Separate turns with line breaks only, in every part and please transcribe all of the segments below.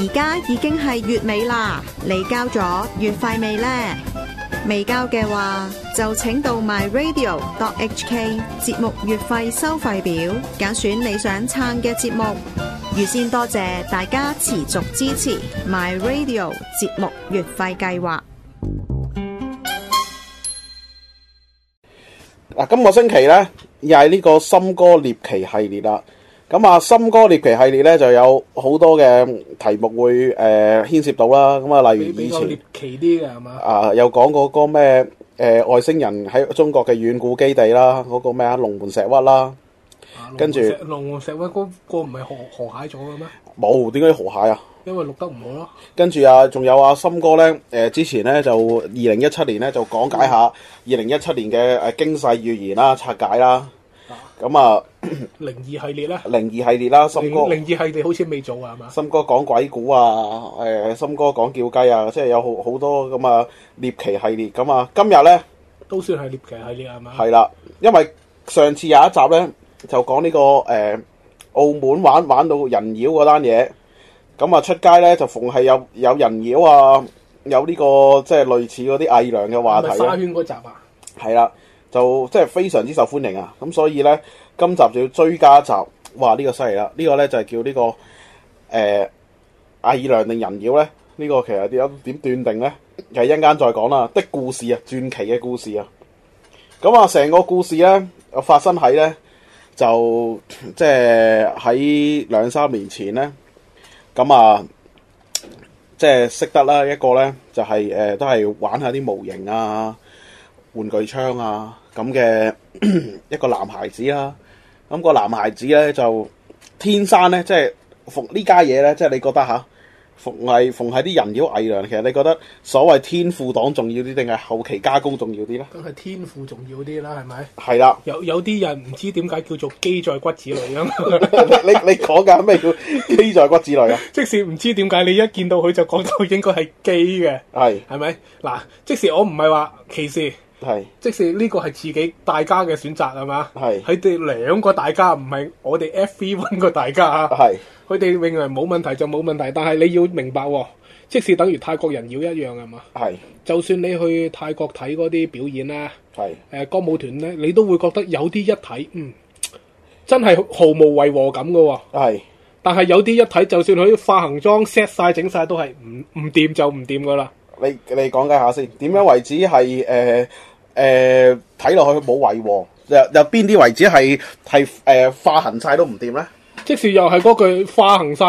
而家已經係月尾啦，你交咗月費未呢？未交嘅話，就請到 myradio.hk 節目月費收費表，揀選你想撐嘅節目。預先多謝大家持續支持 myradio 節目月費計劃。
嗱，今個星期咧，又係呢個森哥獵奇系列啦。咁啊，森哥獵奇系列咧就有好多嘅題目會誒、呃、牽涉到啦。咁啊，例
比
如以
比較獵
前
奇啲嘅係嘛？
啊，有講嗰個咩誒、呃外星人喺中國嘅遠古基地啦，嗰、個咩啊龍門石窟啦，
啊
跟住
龍王石龍王石威嗰個唔係河河蟹咗嘅咩？
冇點解河蟹啊？
因為錄得唔好咯。
跟住啊，仲有啊，森哥咧，誒、之前咧就二零一七年咧就講解下二零一七年嘅誒呃經濟預言啦、拆解啦，咁啊
靈異系列咧，
靈異系列啦，森
靈
哥。
靈異系列好似未做啊，係嘛？
森哥講鬼故啊，誒、森哥講叫雞啊，即係有好好多咁啊獵奇系列咁啊。今日呢，
都算係獵奇系列係嘛？
係啦，因為上次有一集呢，就講呢、個誒、澳門玩玩到人妖嗰單嘢，咁啊出街呢，就逢係有有人妖啊，有呢、個即係類似嗰啲偽娘嘅話
係咪
題
沙
呢
圈嗰集啊？
係啦，就即係非常之受歡迎啊！咁所以咧，今集就要追加一集，哇！呢、個犀利啦，呢、個咧就係叫呢、個誒、呃、偽娘定人妖咧？呢、個其實點點斷定咧？其實一陣間再講啦。的故事啊，傳奇嘅故事啊，咁啊，成個故事咧發生喺咧就即係喺兩三年前咧，咁啊。即係識得啦，一個咧就係、呃都係玩下啲模型啊，玩具槍啊咁嘅 一個男孩子啦、咁、個男孩子咧就天生咧，即係逢呢家嘢咧，即係你覺得吓，逢係逢係啲人妖偽娘，其實你覺得所謂天賦黨重要啲，定係後期加工重要啲咧？
梗係天賦重要啲啦，係咪？
係啦，
有有啲人唔知點解叫做機在骨子裏咁，
你你講緊咩叫基在骨子裏啊？
即使唔知點解你一見到佢就講到應該係機嘅，
係
係咪？嗱，即使我唔係話歧視。
係
即使呢個係自己大家嘅選擇係嘛？
係
佢哋兩個大家唔係我哋 F1 個大家啊！
係
佢哋認為冇問題就冇問題，但係你要明白喎、即使等於泰國人妖一樣係嘛？
係
就算你去泰國睇嗰啲表演啦，
係
誒、歌舞團咧，你都會覺得有啲一睇，嗯，真係毫無違和感嘅喎、
係
但係有啲一睇，就算佢化行妝 set 晒整晒，都係嗯唔唔掂就唔掂噶啦。
你你講解下先，點樣為止係誒誒睇落去冇違和？有有邊啲為止係係誒化痕晒都唔掂咧？
即使又係嗰句化行晒，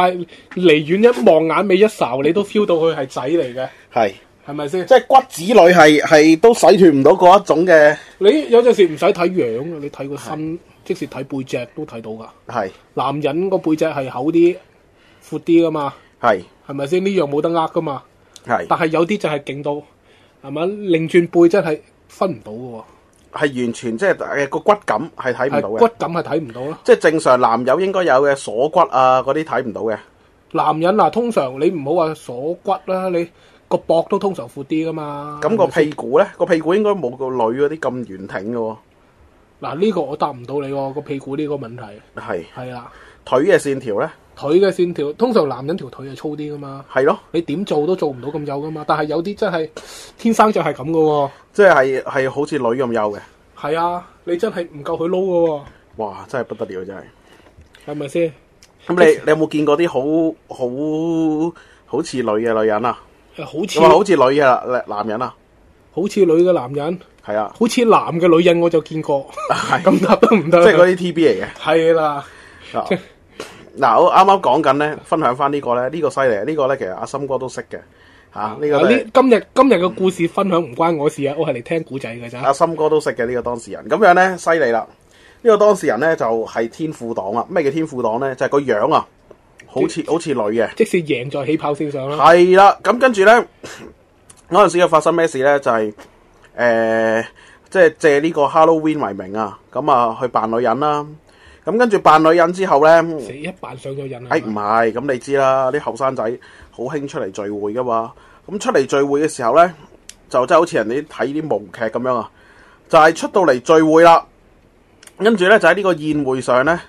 離遠一望眼尾一睄，你都 feel 到佢係仔嚟嘅，
係。
係咪先？
即係骨子裏係係都洗脱唔到嗰一種嘅
你有陣時唔使睇樣嘅，你睇個身，即使睇背脊都睇到㗎。
係
男人個背脊係厚啲、闊啲㗎嘛，
係
係咪先？呢樣冇得呃㗎嘛。
係
但係有啲就係勁到，係咪？擰轉背真係分唔到㗎
係完全即係誒個骨感係睇
喎，
唔
係
到
骨
嘅，
感係睇唔到咯。
即係正常男友應該有嘅鎖骨啊嗰啲睇唔到嘅，
男人嗱，通常你唔好話鎖骨啦，你個膊都通常闊啲㗎嘛。
咁個屁股咧個屁股應該冇個女嗰啲咁圓挺嘅喎，
嗱呢個我答唔到你喎，個屁股呢個問題。
係
係啦，
腿嘅線條咧
腿嘅線條通常男人條腿係粗啲噶嘛，
係咯，
你點做都做唔到咁幼噶嘛。但係有啲真係天生就係咁噶喎，
即係係好似女咁幼嘅，
係啊，你真係唔夠佢撈噶喎，
哇真係不得了真係。
係咪先？
咁你你有冇見過啲好好好似女嘅女人啊？
誒好似
咁啊好似女嘅啦男人啊？
好似女嘅男人，
係啊，
好似男嘅女人我就見過，
係
咁答得 唔
即
得？
係嗰啲 T B 嚟嘅。
係啦，
啊嗱，我啱啱講緊咧，分享翻呢個咧，呢、個犀利，呢、個咧其實阿森哥都識嘅嚇，呢、個
嗱
咧
啊呢今日今日嘅故事分享唔關我事啊，我係嚟聽古仔㗎咋。
阿森哥都識嘅呢、個當事人。咁樣咧犀利啦，呢、個當事人咧就係、天賦黨啊！咩叫天賦黨咧？就係、個樣啊，好似好似女嘅，
即使贏在起跑線上啦，
係啦。咁跟住咧 嗰陣時嘅發生咩事咧？就係、誒，即係借呢個 Halloween 為名啊，咁啊去扮女人啦。咁跟住扮女人之後咧。
死一扮上咗癮啊！
哎誒唔係，咁你知啦，啲後生仔好興出嚟聚會噶嘛。咁出嚟聚會嘅時候咧，就真係好似人哋睇啲無劇咁樣啊，就係、出到嚟聚會啦，跟住咧就喺呢個宴會上咧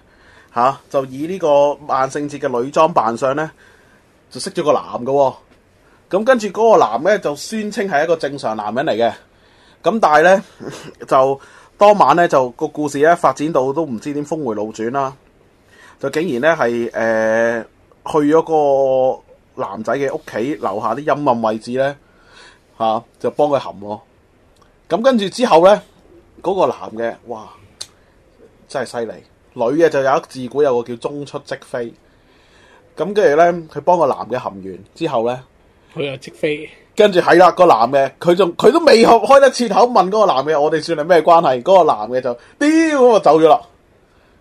嚇、就以呢個萬聖節嘅女裝扮相咧，就識咗個男嘅喎、咁跟住嗰個男咧就宣稱係一個正常男人嚟嘅，咁但係咧 就當晚咧就個故事咧發展到都唔知點峰迴路轉啦，就竟然咧係誒去咗個男仔嘅屋企樓下啲陰暗位置咧嚇、就幫佢含喎，咁跟住之後咧嗰、個男嘅哇真係犀利，女嘅就有一自古有個叫中出即飛。咁跟住咧，佢幫個男嘅含完之後咧，
佢又即飛，
跟住係啦，個男嘅佢仲佢都未開開得切口問嗰個男嘅，我哋算係咩關係？嗰、個男嘅就屌咁就走咗啦。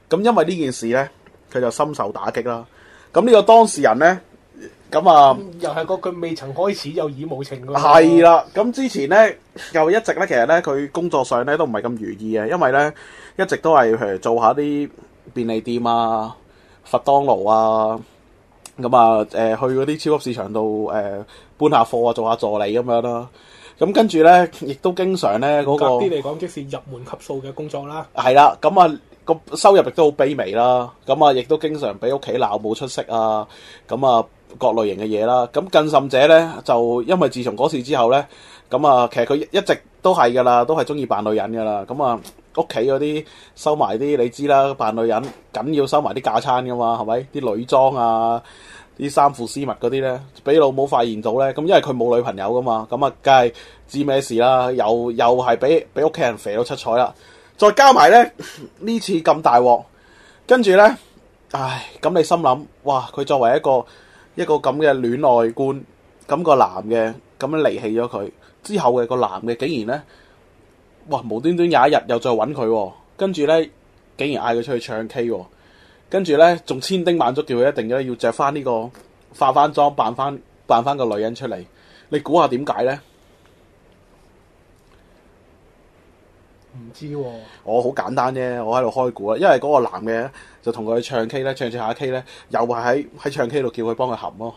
咁因為呢件事咧，佢就深受打擊啦。咁呢個當事人咧，咁啊
又係嗰句未曾開始有已無情㗎喎。
係啦。咁之前咧又一直咧，其實咧佢工作上咧都唔係咁如意嘅，因為咧一直都係譬如做下啲便利店啊、佛當勞啊。咁啊，誒、去嗰啲超級市場度誒、搬下貨啊，做下助理咁樣啦。咁跟住咧，亦都經常咧嗰、
嗰
個
啲嚟講，即是入門級數嘅工作啦。
係啦，咁啊個收入亦都好卑微啦，咁啊亦都經常俾屋企鬧冇出息啊，咁啊各類型嘅嘢啦，咁更甚者咧就因為自從嗰次之後咧，咁啊其實佢一一直都係噶啦，都係中意扮女人噶啦，咁啊屋企嗰啲收埋啲你知啦，扮女人緊要收埋啲架撐噶嘛，係咪啲女裝啊？啲衫褲絲襪嗰啲咧，俾老母發現到咧，咁因為佢冇女朋友噶嘛，咁啊，梗係知咩事啦，又又係俾俾屋企人肥到七彩啦，再加埋咧呢次咁大鑊，跟住咧，唉，咁你心諗，哇！佢作為一個一個咁嘅戀愛觀，咁、個男嘅咁樣離棄咗佢之後嘅個男嘅，竟然咧，哇！無端端有一日又再揾佢喎，跟住咧，竟然嗌佢出去唱 K 喎，跟住咧仲千叮萬囑叫佢一定咧要着翻呢個化翻妝，扮翻扮翻個女人出嚟。你估下點解咧？
唔知喎，
我好簡單啫，我喺度開估啦，因為嗰個男嘅就同佢去唱 K 咧，唱唱下 K 咧，又係喺喺唱 K 度叫佢幫佢含咯。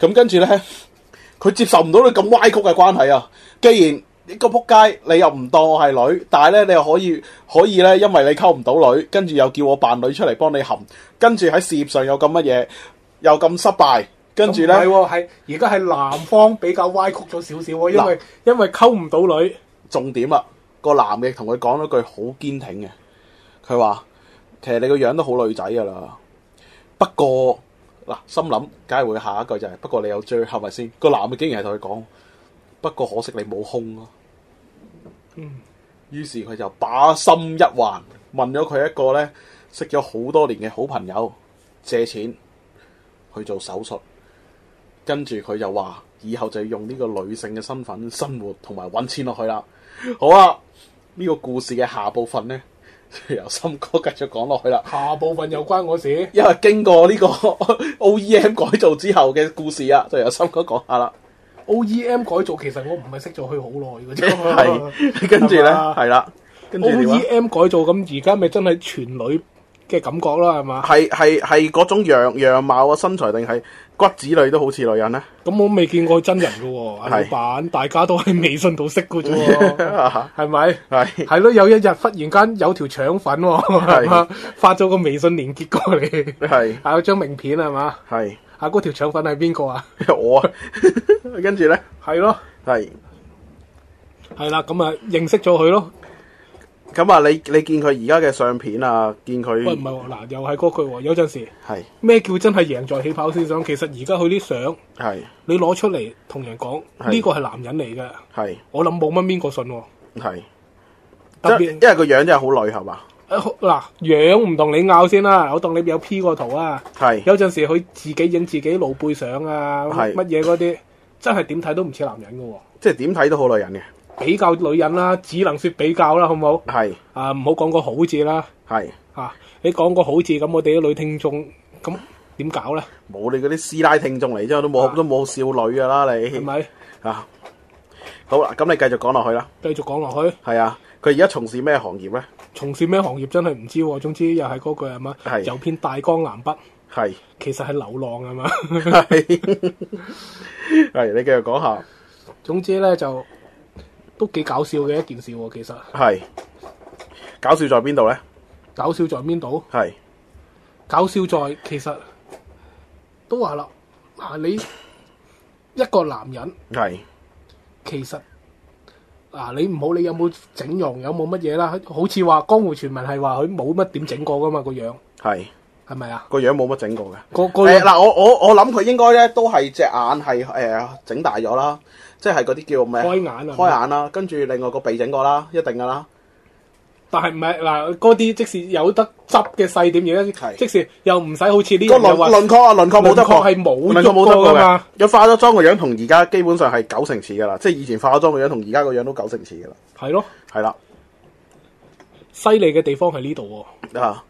咁跟住咧，佢接受唔到你咁歪曲嘅關係啊！既然呢個撲街，你又唔當我係女，但係咧你又可以可以咧，因為你溝唔到女，跟住又叫我扮女出嚟幫你含，跟住喺事業上有咁乜嘢，又咁失敗，跟住咧
咁唔係喎，係而家係南方比較歪曲咗少少喎，因為因為溝唔到女，
重點啦，個男嘅同佢講咗句好堅挺嘅，佢話：其實你個樣都好女仔噶啦，不過嗱心諗，梗係會下一句就係、不過你有追係咪先？個男嘅竟然係同佢講，不過可惜你冇胸咯、
嗯，
於是佢就把心一橫，問咗佢一個咧識咗好多年嘅好朋友借錢去做手術，跟住佢就話以後就要用呢個女性嘅身份生活同埋揾錢落去啦。好啊，呢、個故事嘅下部分咧， 由森哥繼續講落去啦。
下部分又關我事。
因為經過 呢個 OEM 改造之後嘅故事啊，就由森哥講下啦。
OEM E 改造其實我唔係識咗佢好耐嘅啫。
係，跟住咧
哦係嘛
係啦，跟住點啊？
OEM 改造咁而家咪真係全女嘅感覺啦，係嘛？
係係係嗰種樣樣貌啊、身材定係骨子裏都好似女人咧？
咁我未見過真人嘅喎，阿老
係
闆，大家都喺微信度識嘅啫喎， 係咪？
係
係咯，有一日忽然間有條腸粉喎，係嘛？發咗個微信連結過嚟，
係
啊有張名片係嘛？
係
啊嗰條腸粉係邊個啊？
我啊， 跟住咧
係咯，
係
係啦，咁啊認識咗佢咯。
咁啊！你你見佢而家嘅相片啊，見佢
喂，唔係喎，嗱又係嗰句喎，有陣時
係
咩叫真係贏在起跑線上？其實而家佢啲相
係
你攞出嚟同人講，
係
呢個係男人嚟嘅，
係
我諗冇乜邊個信喎。
係，
特
即係
別
因為個樣真係好女係嘛？
誒好嗱樣唔同你拗先啦，我當你有 P 過圖啊。
係
有陣時佢自己影自己露背相啊，
係
乜嘢嗰啲，真係點睇都唔似男人嘅喎。
即係點睇都好女人嘅，
比較女人啦，只能說比較啦，好唔好？
係
啊，唔好講個好字啦，
係
啊，你講個好字，咁我哋啲女聽眾咁點搞咧？
冇你嗰啲師奶聽眾嚟啫，都冇
啊
都冇少女噶啦你
係咪？
啊！好啦，咁你繼續講落去啦。
繼續講落去，
係啊，佢而家從事咩行業咧？
從事咩行業真係唔知喎。總之又係嗰句係嘛
係，
遊遍大江南北，
係。
其實係流浪係嘛。
系，係你繼續講下，
總之咧就都幾搞笑嘅一件事喎。其實
係搞笑在邊度咧？
搞笑在邊度？
係
搞笑在其實都話啦，嗱，你一個男人
係
其實嗱，你唔好理有冇整容，有冇乜嘢啦，好似話江湖傳聞係話佢冇乜點整過噶嘛個樣，
係
係咪啊？
個樣冇乜整過嘅。
個個
誒哎嗱，我我我諗佢應該咧都係隻眼係誒整大咗啦，即係嗰啲叫咩？
開眼啊，
開眼啦，跟住另外個鼻整過啦，一定噶啦。
但係唔係嗱，嗰啲即使有得執嘅細點嘢，
係
即使又唔使好似呢
個
人又話
輪輪廓啊，輪廓冇得
輪廓
過，
係冇
輪廓冇
喐
得
過
過
㗎
嘅
嘛。
有化咗妝個樣同而家基本上係九成似噶啦，即係以前化咗妝個樣同而家個樣都九成似噶啦，
係咯，
係啦。
犀利嘅地方喺呢度
啊，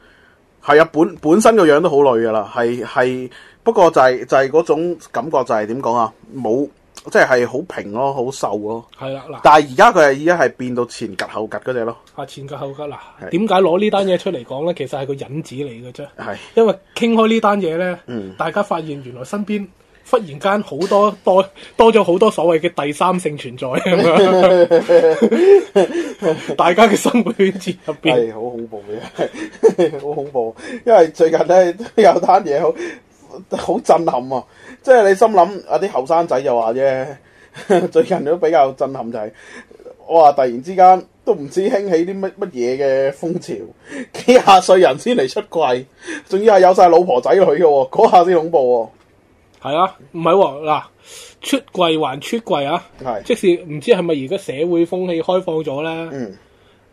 係啊，本本身個樣都好女噶啦，係係，不過就係、就係、嗰種感覺就係點講啊，冇即係係好平咯，好瘦咯。
喎，係啦嗱。
但係而家佢係而家係變到前趌後趌嗰只咯，
啊前腳後腳嗱，
係
點解攞呢單嘢出嚟講咧？其實係個引子嚟嘅啫，
係
因為傾開呢單嘢咧，
嗯
大家發現原來身邊忽然間好多多多咗好多所謂嘅第三性 存在咁樣大家嘅生活圈子入邊，
係好恐怖嘅， 好恐怖。因為最近咧都 有單嘢好好震撼啊！即係你心諗啊，啲後生仔就話啫， 最近都比較震撼就係、我哇！突然之間都唔知興起啲乜乜嘢嘅風潮，幾廿歲人先嚟出櫃，仲要係有晒老婆仔女嘅喎，嗰下先恐怖
係啊，唔係喎嗱，出櫃還出櫃啊！
喎，係
即使唔知係咪而家社會風氣開放咗咧？
嗯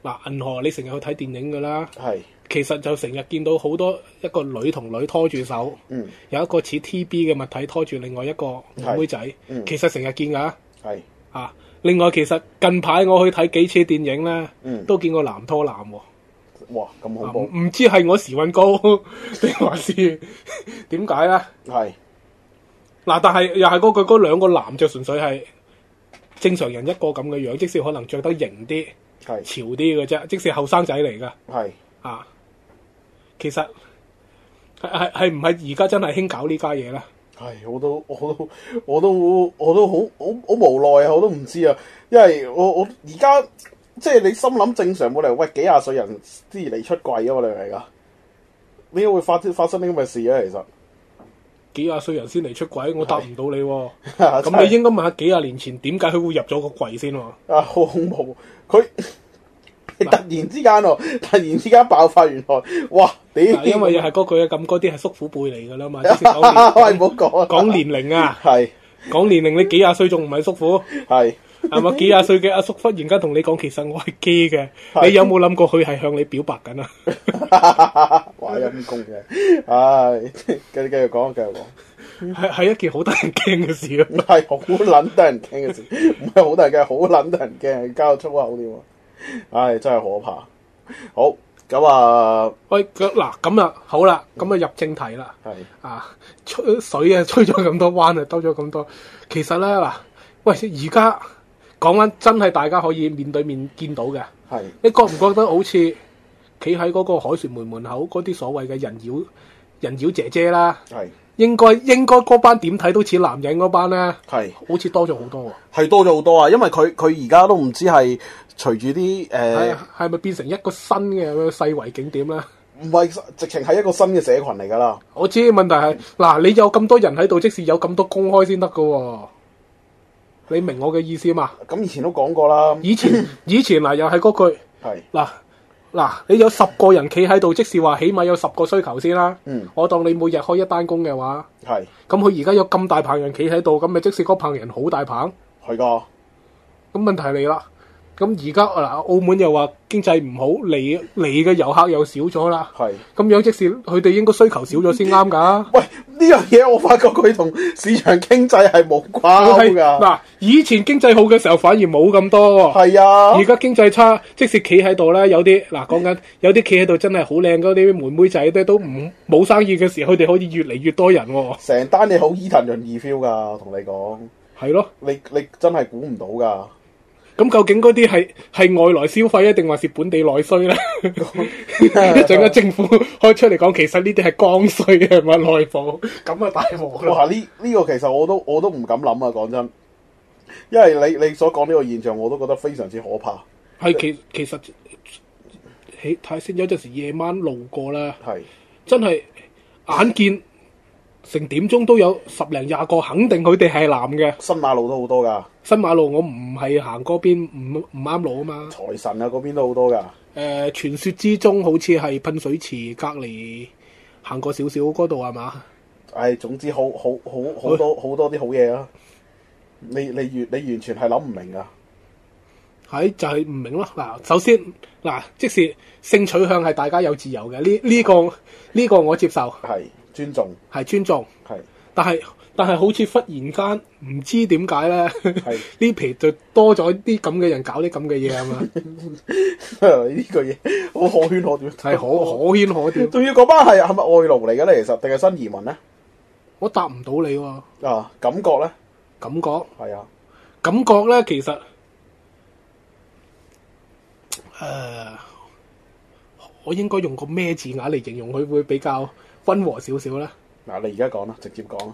嗱、銀河你成日去睇電影㗎啦，
係
其實就成日見到好多一個女同女拖住手。
嗯
有一個似 T.B. 嘅物體拖住另外一個妹妹仔，
嗯
其實成日見㗎
係
啊。另外其實近排我去睇幾次電影咧，
嗯
都見過男拖男喎、
哇咁恐
啊
怖
唔唔知係我時運高 定還是 點解咧？
係
嗱、但係又係嗰句，嗰兩個男就純粹係正常人一個咁嘅樣，即使可能着得型啲、
係
潮啲嘅啫，即使後生仔嚟㗎
係
啊。其實係係係唔係而家真係興搞呢家嘢咧？
係，我都 我都我都我都好好好無奈啊！我都唔知啊，因為我我而家即係你心諗正常冇理由，喂幾廿歲人先嚟出櫃啊！我哋嚟噶，點解會發發生啲咁嘅事啊？其實
幾廿歲人先嚟出軌，我答唔到你喎、咁
咁
你應該問下幾廿年前點解佢會入咗個櫃先喎、
啊， 好恐怖！佢 你突然之間喎，突然之間爆發，原來哇屌！
嗱因為又係嗰句啊，咁嗰啲係叔父輩嚟㗎啦嘛，之前
喂，
講年
唔好講啊
講年齡啊，
係
講年齡你幾廿歲仲唔係叔父
係
係咪？幾廿歲嘅阿叔忽然間同你講，其實我係基嘅，
係
你有冇諗過佢係向你表白緊啊？
哇陰公嘅，唉，繼續繼續講，繼續講。
係係一件好得人驚嘅事啊！
唔係好撚得人驚嘅事， 唔係好得人驚，好撚得人驚，交粗口添啊！唉，真係可怕。好，咁啊，
喂，咁嗱咁啊，好啦，咁啊入正題啦。
係
啊， 吹水啊， 吹咗咁多彎啊，兜咗咁多。其實咧嗱，喂，而家講緊真係大家可以面對面見到嘅，
係
你覺唔覺得好似企喺嗰個凱旋門門口嗰啲所謂嘅人妖人妖姐姐啦？
係
應該應該嗰班點睇都似男人嗰班咧，
係
好似多咗好多喎。
係多咗好多啊！因為佢佢而家都唔知係隨住啲
係
誒，
係咪變成一個新嘅世圍景點咧？
唔係直情係一個新嘅社群嚟㗎啦。
我知問題係嗱，你有咁多人喺度，即使有咁多公開先得㗎喎。你明我嘅意思嘛？
咁以前都講過啦，
以前以前嗱又係嗰句
係
嗱嗱，你有十個人企喺度，即使話起碼有十個需求先啦。
嗯
我當你每日開一單工嘅話，
係
咁佢而家有咁大棚人企喺度，咁咪即使嗰棚人好大棚，
係㗎，
咁問題嚟啦。咁而家嗱，澳門又話經濟唔好，嚟嚟嘅遊客又少咗啦。
係。
咁樣即使佢哋應該需求少咗先啱㗎。
喂，呢樣嘢我發覺佢同市場經濟係冇
佢
關
係
㗎，
嗱，以前經濟好嘅時候反而冇咁多喎。
係啊
而，家經濟差，即使企喺度咧，有啲嗱講緊，有啲企喺度真係好靚嗰啲妹妹仔咧，都唔冇生意嘅時候，佢哋可以越嚟越多人喎、
成單嘢好伊藤潤二 feel 㗎，同你講。
係咯。
你你真係估唔到㗎，
咁究竟嗰啲係係外來消費啊，定還是本地內需 咧？一陣間政府 開出嚟講，其實呢啲係剛需嘅，唔係內部，咁啊大鑊啦！
哇！呢呢、個其實我都我都唔敢諗啊，講真，因為你你所講呢個現象，我都覺得非常之可怕，
係其其實起睇先，有陣時夜晚路過啦，
係
真係眼見成點鐘都有十零廿個，肯定佢哋係男嘅。
新馬路都好多㗎，
新馬路我唔係行嗰邊，唔唔啱路啊嘛。
財神啊嗰邊都好多㗎。
誒、傳說之中好似係噴水池隔離行過少少嗰度係嘛？
唉、總之好好好好多好多啲好嘢啊！你你完你完全係諗唔明㗎。
係就係、唔明咯。嗱，首先嗱，即使性取向係大家有自由嘅，呢呢、個呢、個我接受
係尊重，
係尊重，
係
但係但係好似忽然間唔知點解咧，
係
呢 皮就多咗啲咁嘅人搞啲咁嘅嘢啊嘛，
呢句嘢好可圈可點。
係可可圈可點。
對於嗰班係係咪外勞嚟嘅咧？其實定係新移民咧？
我答唔到你喎，
啊，感覺咧
感覺
係啊，
感覺咧，其實誒、我應該用個咩字眼嚟形容佢會比較温和少少咧？
嗱你而家講啦，直接講啦，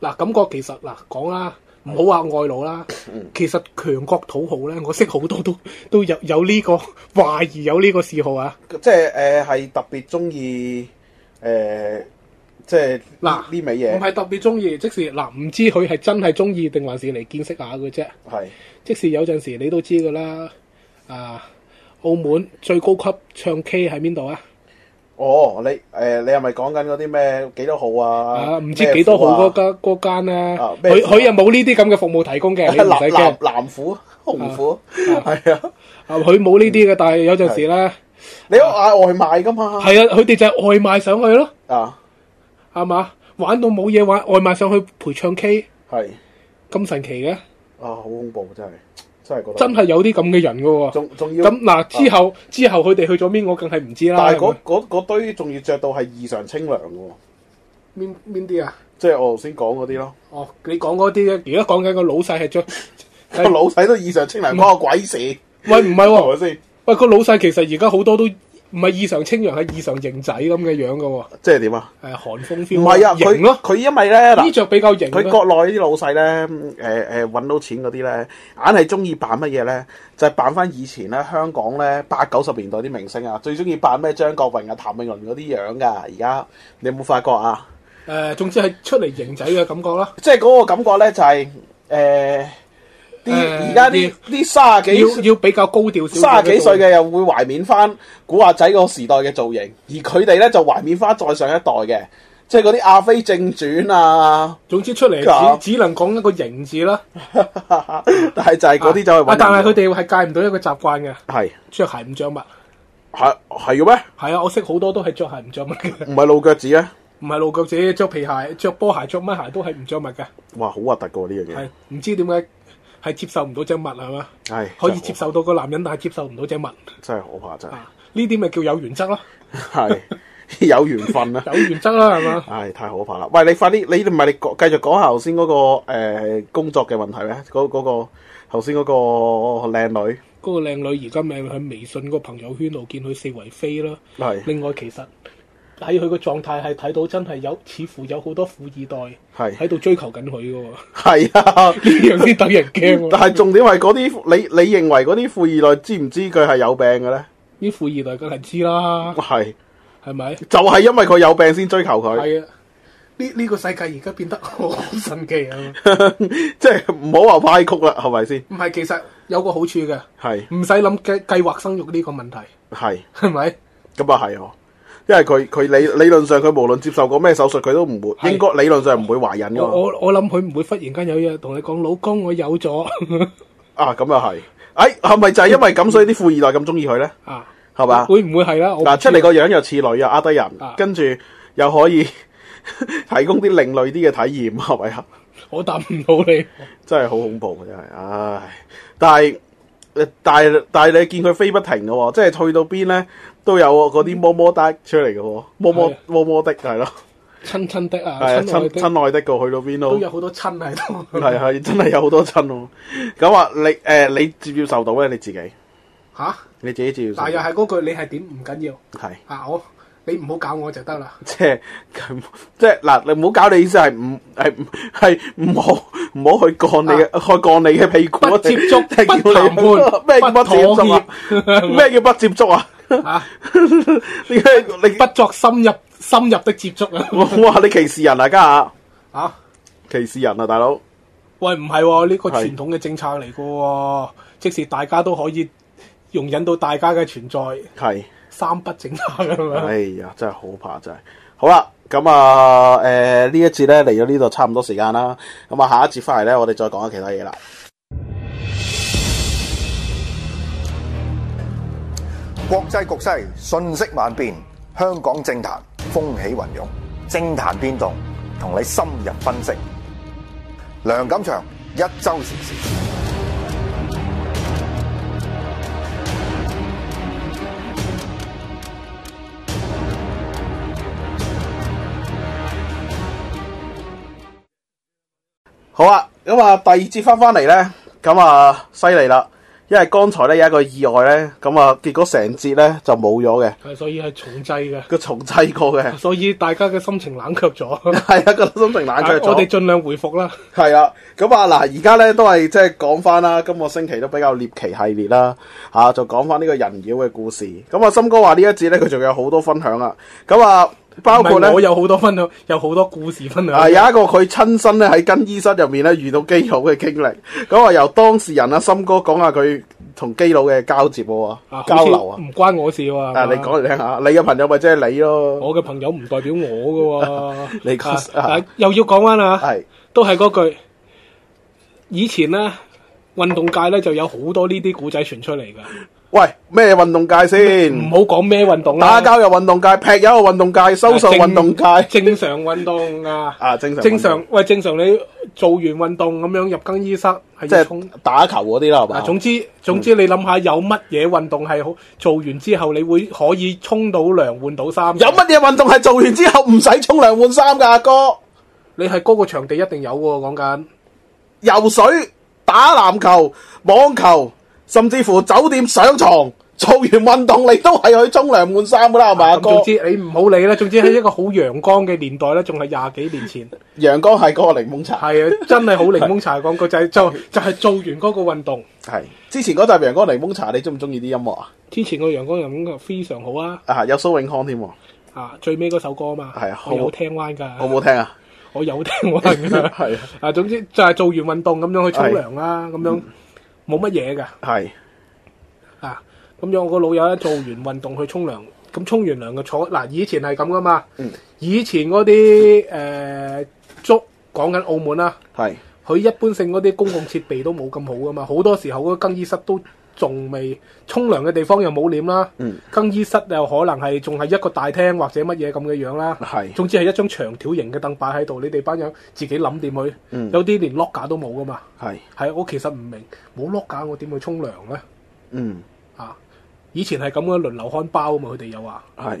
嗱，感覺其實嗱講啦，唔好話外勞啦，其實強國土豪咧，我識好多都都有有呢、個懷疑有呢個嗜好啊。
即係誒係特別中意誒，即係呢
嗱
呢味
唔
嘢
係特別中意，即使嗱唔知佢係真係中意定還是嚟見識下嘅啫。
係
即使有陣時你都知噶啦，啊，澳門最高級唱 K 喺邊度啊？
哦，你誒你係咪講緊嗰啲咩幾多號啊？
啊，唔知幾 多號嗰
間
間嗰間咧？
啊咩
佢
庫啊
佢又冇呢啲咁嘅服務提供 嘅，你唔
藍
使
藍。
驚
藍虎啊紅虎係啊，
啊佢冇呢啲嘅，但係有陣時咧，
你都嗌外賣㗎嘛？
係啊，佢哋就係外賣上去咯，
啊，
係嘛？玩到冇嘢玩，外賣上去陪唱 K，
係
咁神奇嘅，
啊，好恐怖真係真係覺得
真係有啲咁嘅人嘅喎。
仲仲要
咁啊嗱，之後之後佢哋去咗邊，我更係唔知啦。
但係
啊係
嗰
咪
嗰嗰堆仲要着到係異常清涼嘅喎，
邊邊啲啊？
即係我頭先講嗰啲咯。
哦，你講嗰啲咧，而家講緊個老細係嗯哦着，
個 老細都異常清涼，關我鬼事，
喂唔係喎，
係咪先？
喂個老細其實而家好多都唔係異常清揚，係異常型仔咁嘅樣嘅喎。
即係點啊？
誒韓風
唔
feel
係啊，佢
型咯，
佢因為咧
呢
嗱，
着比較型咯。
佢國內啲老細咧，誒誒揾到錢嗰啲咧，硬係中意扮乜嘢咧？就係扮翻以前咧香港咧八九十年代啲明星啊，最中意扮咩張國榮啊、譚詠麟嗰啲樣㗎。而家你有冇發覺啊？
誒、總之係出嚟型仔嘅感覺啦。
即係嗰個感覺咧，就係誒啲
誒
而家啲啲卅幾
要要比較高調少少
三
嘅
十
做。
幾歲嘅又會懷緬翻古惑仔個時代嘅造型，而佢哋咧就懷緬翻再上一代嘅，即係嗰啲《阿飛正傳》啊，
總之出嚟
㗎
只只能講一個型字啦。
但係就係嗰啲就係
啊
揾
但係佢哋係戒唔到一個習慣嘅，
係
着鞋唔着襪。
係係嘅咩？
係啊，我識好多都係着鞋唔着襪嘅，
唔係露腳趾咩？
唔係露腳趾，着皮鞋、着波鞋、着乜鞋都係唔着襪嘅。
哇，好核突嘅喎呢
係唔知點解係接受唔到隻襪係嘛？
樣嘢，係
可以接，受到個男人，但係接受唔到隻襪
真係可怕真係
啊！呢啲咪叫有原則咯，
係有緣分啊！
啊 有原則啦係嘛？
唉，太可怕啦！喂，你快啲，你唔係你講繼續講下頭先嗰個誒工作嘅問題咧？嗰嗰個頭先嗰個靚女
嗰個靚女而家咪喺微信個朋友圈度見佢四圍飛啦。
係
另外，其實喺佢個狀態係睇到真係有，似乎有好多富二代
係
喺度追求緊佢嘅喎， 呢
係啊！
樣先等人驚
但
喎。
係重點係嗰啲你你認為嗰啲富二代知唔知佢係有病嘅咧？
啲富二代梗係知啦，
係
係咪？
就係、因為佢有病先追求佢，
係啊，呢呢個世界而家變得好神奇啊！
即係唔好話歪曲啦，係咪先？
唔係，其實有個好處嘅，
係
唔使諗計計劃生育呢個問題，
係
係咪？
咁啊係哦，因為佢佢理理論上佢無論接受過咩手術，佢都唔會
係
應該理論上唔會懷孕
我
噶嘛。
我我諗佢唔會忽然間有嘢同你講，老公我有咗
啊，咁又係，誒係咪就係因為咁，所以啲富二代咁中意佢咧？
啊，
係嘛？
會唔會係啦？我唔
嗱，出嚟
知啊
個樣又似女又呃低人
啊，
跟住又可以 提供啲另類啲嘅體驗，係咪啊？
我答唔到你。
真係好恐怖啊！真係，唉！但係呃但係但係你見佢飛不停嘅喎，即係去到邊咧都有嗰啲麼麼哒出嚟嘅喎，麼
係
麼
啊
麼麼的係咯，
親親的啊，
係啊，
親愛
親
的
親愛的個去到邊
都
都
有好多親喺度。
係啊係真係有好多親喎。咁啊，你誒你接唔接受到咧？你自己
吓，
你自己接唔接受
嗱又
到？
係嗰句，你係點唔緊要
係
啊，我你唔好搞我就 得啦。
即係佢即係嗱，你唔好搞你意思係唔係唔係唔好唔好去幹你嘅去幹你嘅屁股啊，
不接觸
定係叫
不談
你
判
咩叫不接觸啊？
不妥協
咩叫不接觸啊？
啊，
你你
不作深入深入的接觸 啊！
哇！你歧視人啊，家下
啊，
歧視人啊，大佬。
喂，唔係喎，呢個
係
傳統嘅政策嚟噶喎，即使大家都可以容忍到大家嘅存在，
係，
三不政策咁樣。
哎呀，真係好怕真係。好啦，咁啊，誒、呢一節咧嚟到呢度差唔多時間啦。咁啊，下一節翻嚟咧，我哋再講下其他嘢啦。
國際局勢瞬息萬變，香港政壇風起雲湧，政壇變動同你深入分析。梁錦祥一周時事。
好啊，咁啊，第二節翻翻嚟咧，咁啊，犀利啦，因為剛才咧有一個意外咧，咁啊，結果成節咧就冇咗嘅，
係所以係重製
佢重製過嘅
嘅，，所以大家嘅心情冷卻咗。
係啊，個心情冷卻咗。
我哋盡量回復啦。
係啦，咁啊嗱，而家咧都係即係講翻啦，今個星期都比較獵奇系列啦，嚇、就講翻呢個人妖嘅故事。咁啊，森哥話呢一節咧，佢仲有好多分享啊。咁啊，包括
唔
咧
係我有好多分享，有好多故事分享。
啊有一個佢親身咧喺更衣室入面咧遇到基佬嘅經歷。咁啊，由當事人啊森哥講下佢同基佬嘅交接喎、
啊
交流啊
好。似唔關我事喎。係嘛
啊，你講嚟聽下，你嘅朋友咪即係你咯。
我嘅朋友唔代表我噶喎
。你講
啊啊又要講翻啦，
係
都係嗰句，以前咧運動界咧就有好多呢啲古仔傳出嚟噶，
喂咩運動界
唔
先？
好講咩運動
打
啦，
交又運動界，劈友又運動界，收數
啊正
運動界。
正常運動啊，
啊正常運動
正常喂正常你做完運動咁樣入更衣室係
即
要沖
係。打球嗰啲啦，係嘛？
嗱，啊總之總
Ừ.
之，你諗下有乜嘢運動係好做完之後，你會可以沖到涼換到衫？
有乜嘢運動係做完之後唔使沖涼換衫㗎？阿哥，
你係嗰個場地一定有喎，講緊。
游水、打籃球、網球，甚至乎酒店上床，做完運動你都係去沖涼換衫㗎啦，係咪？阿
啊咁
哥，
總之你唔好理啦，總之喺一個好陽光嘅年代咧，仲係廿幾年前，
陽光係嗰個檸檬茶，
係啊，真係好檸檬茶廣告就係就就係做完嗰個運動
係之前嗰集陽光檸檬茶，你中唔中意啲音樂啊？
之前個陽光人感非常好啊！
啊，有蘇永康添喎，
啊，最尾嗰首歌啊嘛，
係啊好
我有聽彎
好唔
㗎，
好聽啊？
我有聽彎㗎。
係啊
啊，總之就係做完運動咁樣去沖涼啦，咁樣冇乜嘢㗎。
係
啊，咁樣我個老友咧做完運動去沖涼，咁沖完涼就坐嗱、以前係咁噶嘛，
嗯
以前嗰啲誒足講緊澳門啦，
係
佢一般性嗰啲公共設備都冇咁好噶嘛，好多時候嗰個更衣室都仲未沖涼嘅地方又冇簾啦，
嗯
更衣室又可能係仲係一個大廳或者乜嘢咁嘅樣啦。
係
總之係一張長條型嘅凳擺喺度，你哋班友自己諗掂佢。
嗯
有啲連 lock 架都冇噶嘛。
係
係我其實唔明，冇 lock 架我點去沖涼咧？
嗯
啊，以前係咁嘅輪流看包啊嘛，佢哋又話
係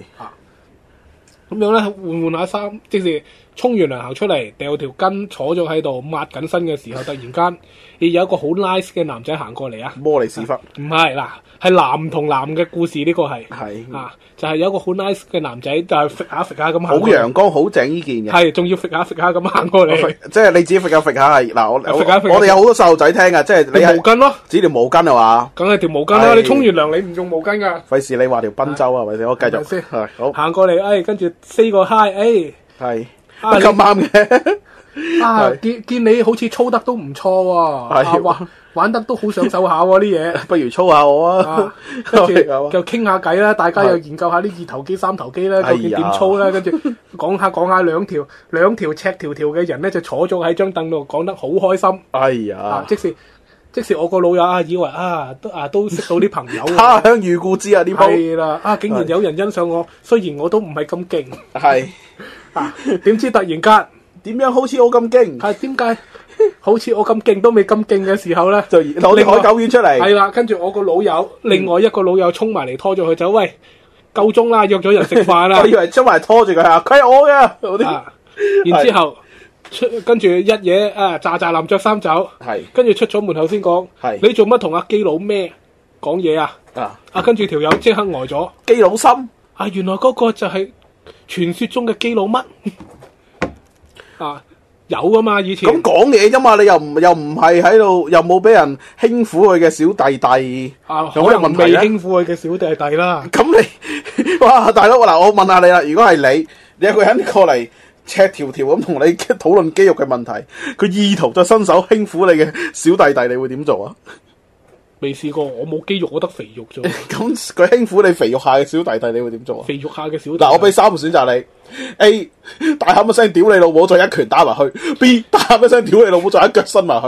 咁樣咧換換下衫，即是沖完涼行出嚟，掉條巾坐咗喺度抹緊身嘅時候，突然間亦有一個好 nice 嘅男仔行過嚟啊！
摩利屎忽
唔係嗱，係男同男嘅故事呢、個係
係
啊，就係、有一個好 nice 嘅男仔，就係揈下揈下咁行
好
過嚟，
陽光好正呢件嘅。
係仲要揈下揈下咁行過嚟，
即係你自己揈下揈下係嗱，我
揈下揈下
我哋有好多細路仔聽噶，即係你
條毛
係
巾咯，
指條毛巾係嘛？
梗係條毛巾啦！
係
你沖完涼你唔用毛巾㗎，
費事你話條賓州啊，係咪先？我繼
係
續
咪先
係好
行過嚟，誒、跟住 say 個 hi，誒、哎
係
啊
咁啱 嘅，
啊，
係
見見你好似操得都唔錯喎，
係
啊玩玩得都好上手下喎啲嘢。
不如操下我 啊
啊，跟住
好啊
又傾下偈啦，大家
係
又研究下啲二頭肌、三頭肌啦，究竟
哎呀
點操啦，跟住講下講下兩條兩條赤條條嘅人咧，就坐咗喺張凳度，講得好開心
哎
啊
呀！！
即使即使我個老友啊，以為啊都啊都識到啲朋友 啊，
他鄉遇故知啊，呢鋪
係啦，啊竟
係
然有人欣賞我，雖然我都唔係咁勁
係
啊，點知突然間
點樣？好似我咁勁，
係點解好似我咁勁都未咁勁嘅時候咧？
就攞啲海狗丸出
系
嚟，
啦，跟住我個老友，另外一個老友衝埋嚟拖咗佢走，喂，夠鐘啦，約咗人食 飯啦
我以，為出埋拖住佢啊，佢係我嘅嗰啲，
啊，然之后出，跟住一嘢啊，咋咋冧着衫走，
係
跟住出咗門口先講，
係
你做乜同阿基佬咩講嘢啊？
啊，
啊，跟住條友即刻呆咗，
基佬心
啊， 原來嗰個就係傳說中嘅基佬乜？啊，有噶嘛？以前
咁講嘢啫嘛，你又唔又唔係喺度，又冇俾人輕撫佢嘅小弟弟，
啊，可
有咩
能
問題
未
咧？
輕撫佢嘅小弟弟啦。
咁你 哇，大佬嗱，我問下你啦，如果係你，你有個人過嚟赤條條咁同你 討論肌肉嘅問題，佢意圖就伸手輕撫你嘅小弟弟，你會點做啊？
未試過，我冇肌肉，我得肥肉啫。
咁佢輕撫你肥肉下嘅小弟弟，你會點做啊？
肥肉下嘅小弟弟
嗱，我俾三個選擇你：A 大喊一聲屌你老母，再一拳打埋去；B 大喊一聲屌你老母，再一腳伸埋去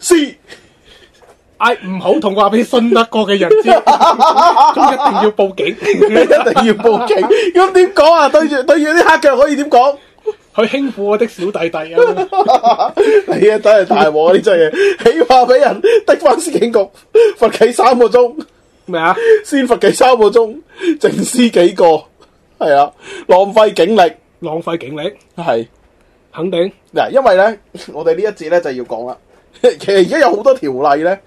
；C
嗌哎唔好同我話俾信得過嘅人 知，咁一定
你一
要報
定
警。
要報警。咁點講啊？對住對住啲黑腳可以點講？
佢輕撫我的小弟弟啊！
你啊，真係大鑊啊！呢真嘢，起碼俾人的翻司警局罰企三個鐘，
咩啊？
先罰企三個鐘，淨司幾個，係啊，浪費警力
浪費警力，
係。
肯定
嗱，因為咧，我哋呢一節咧就要講啦。 其實而家有好多條例咧，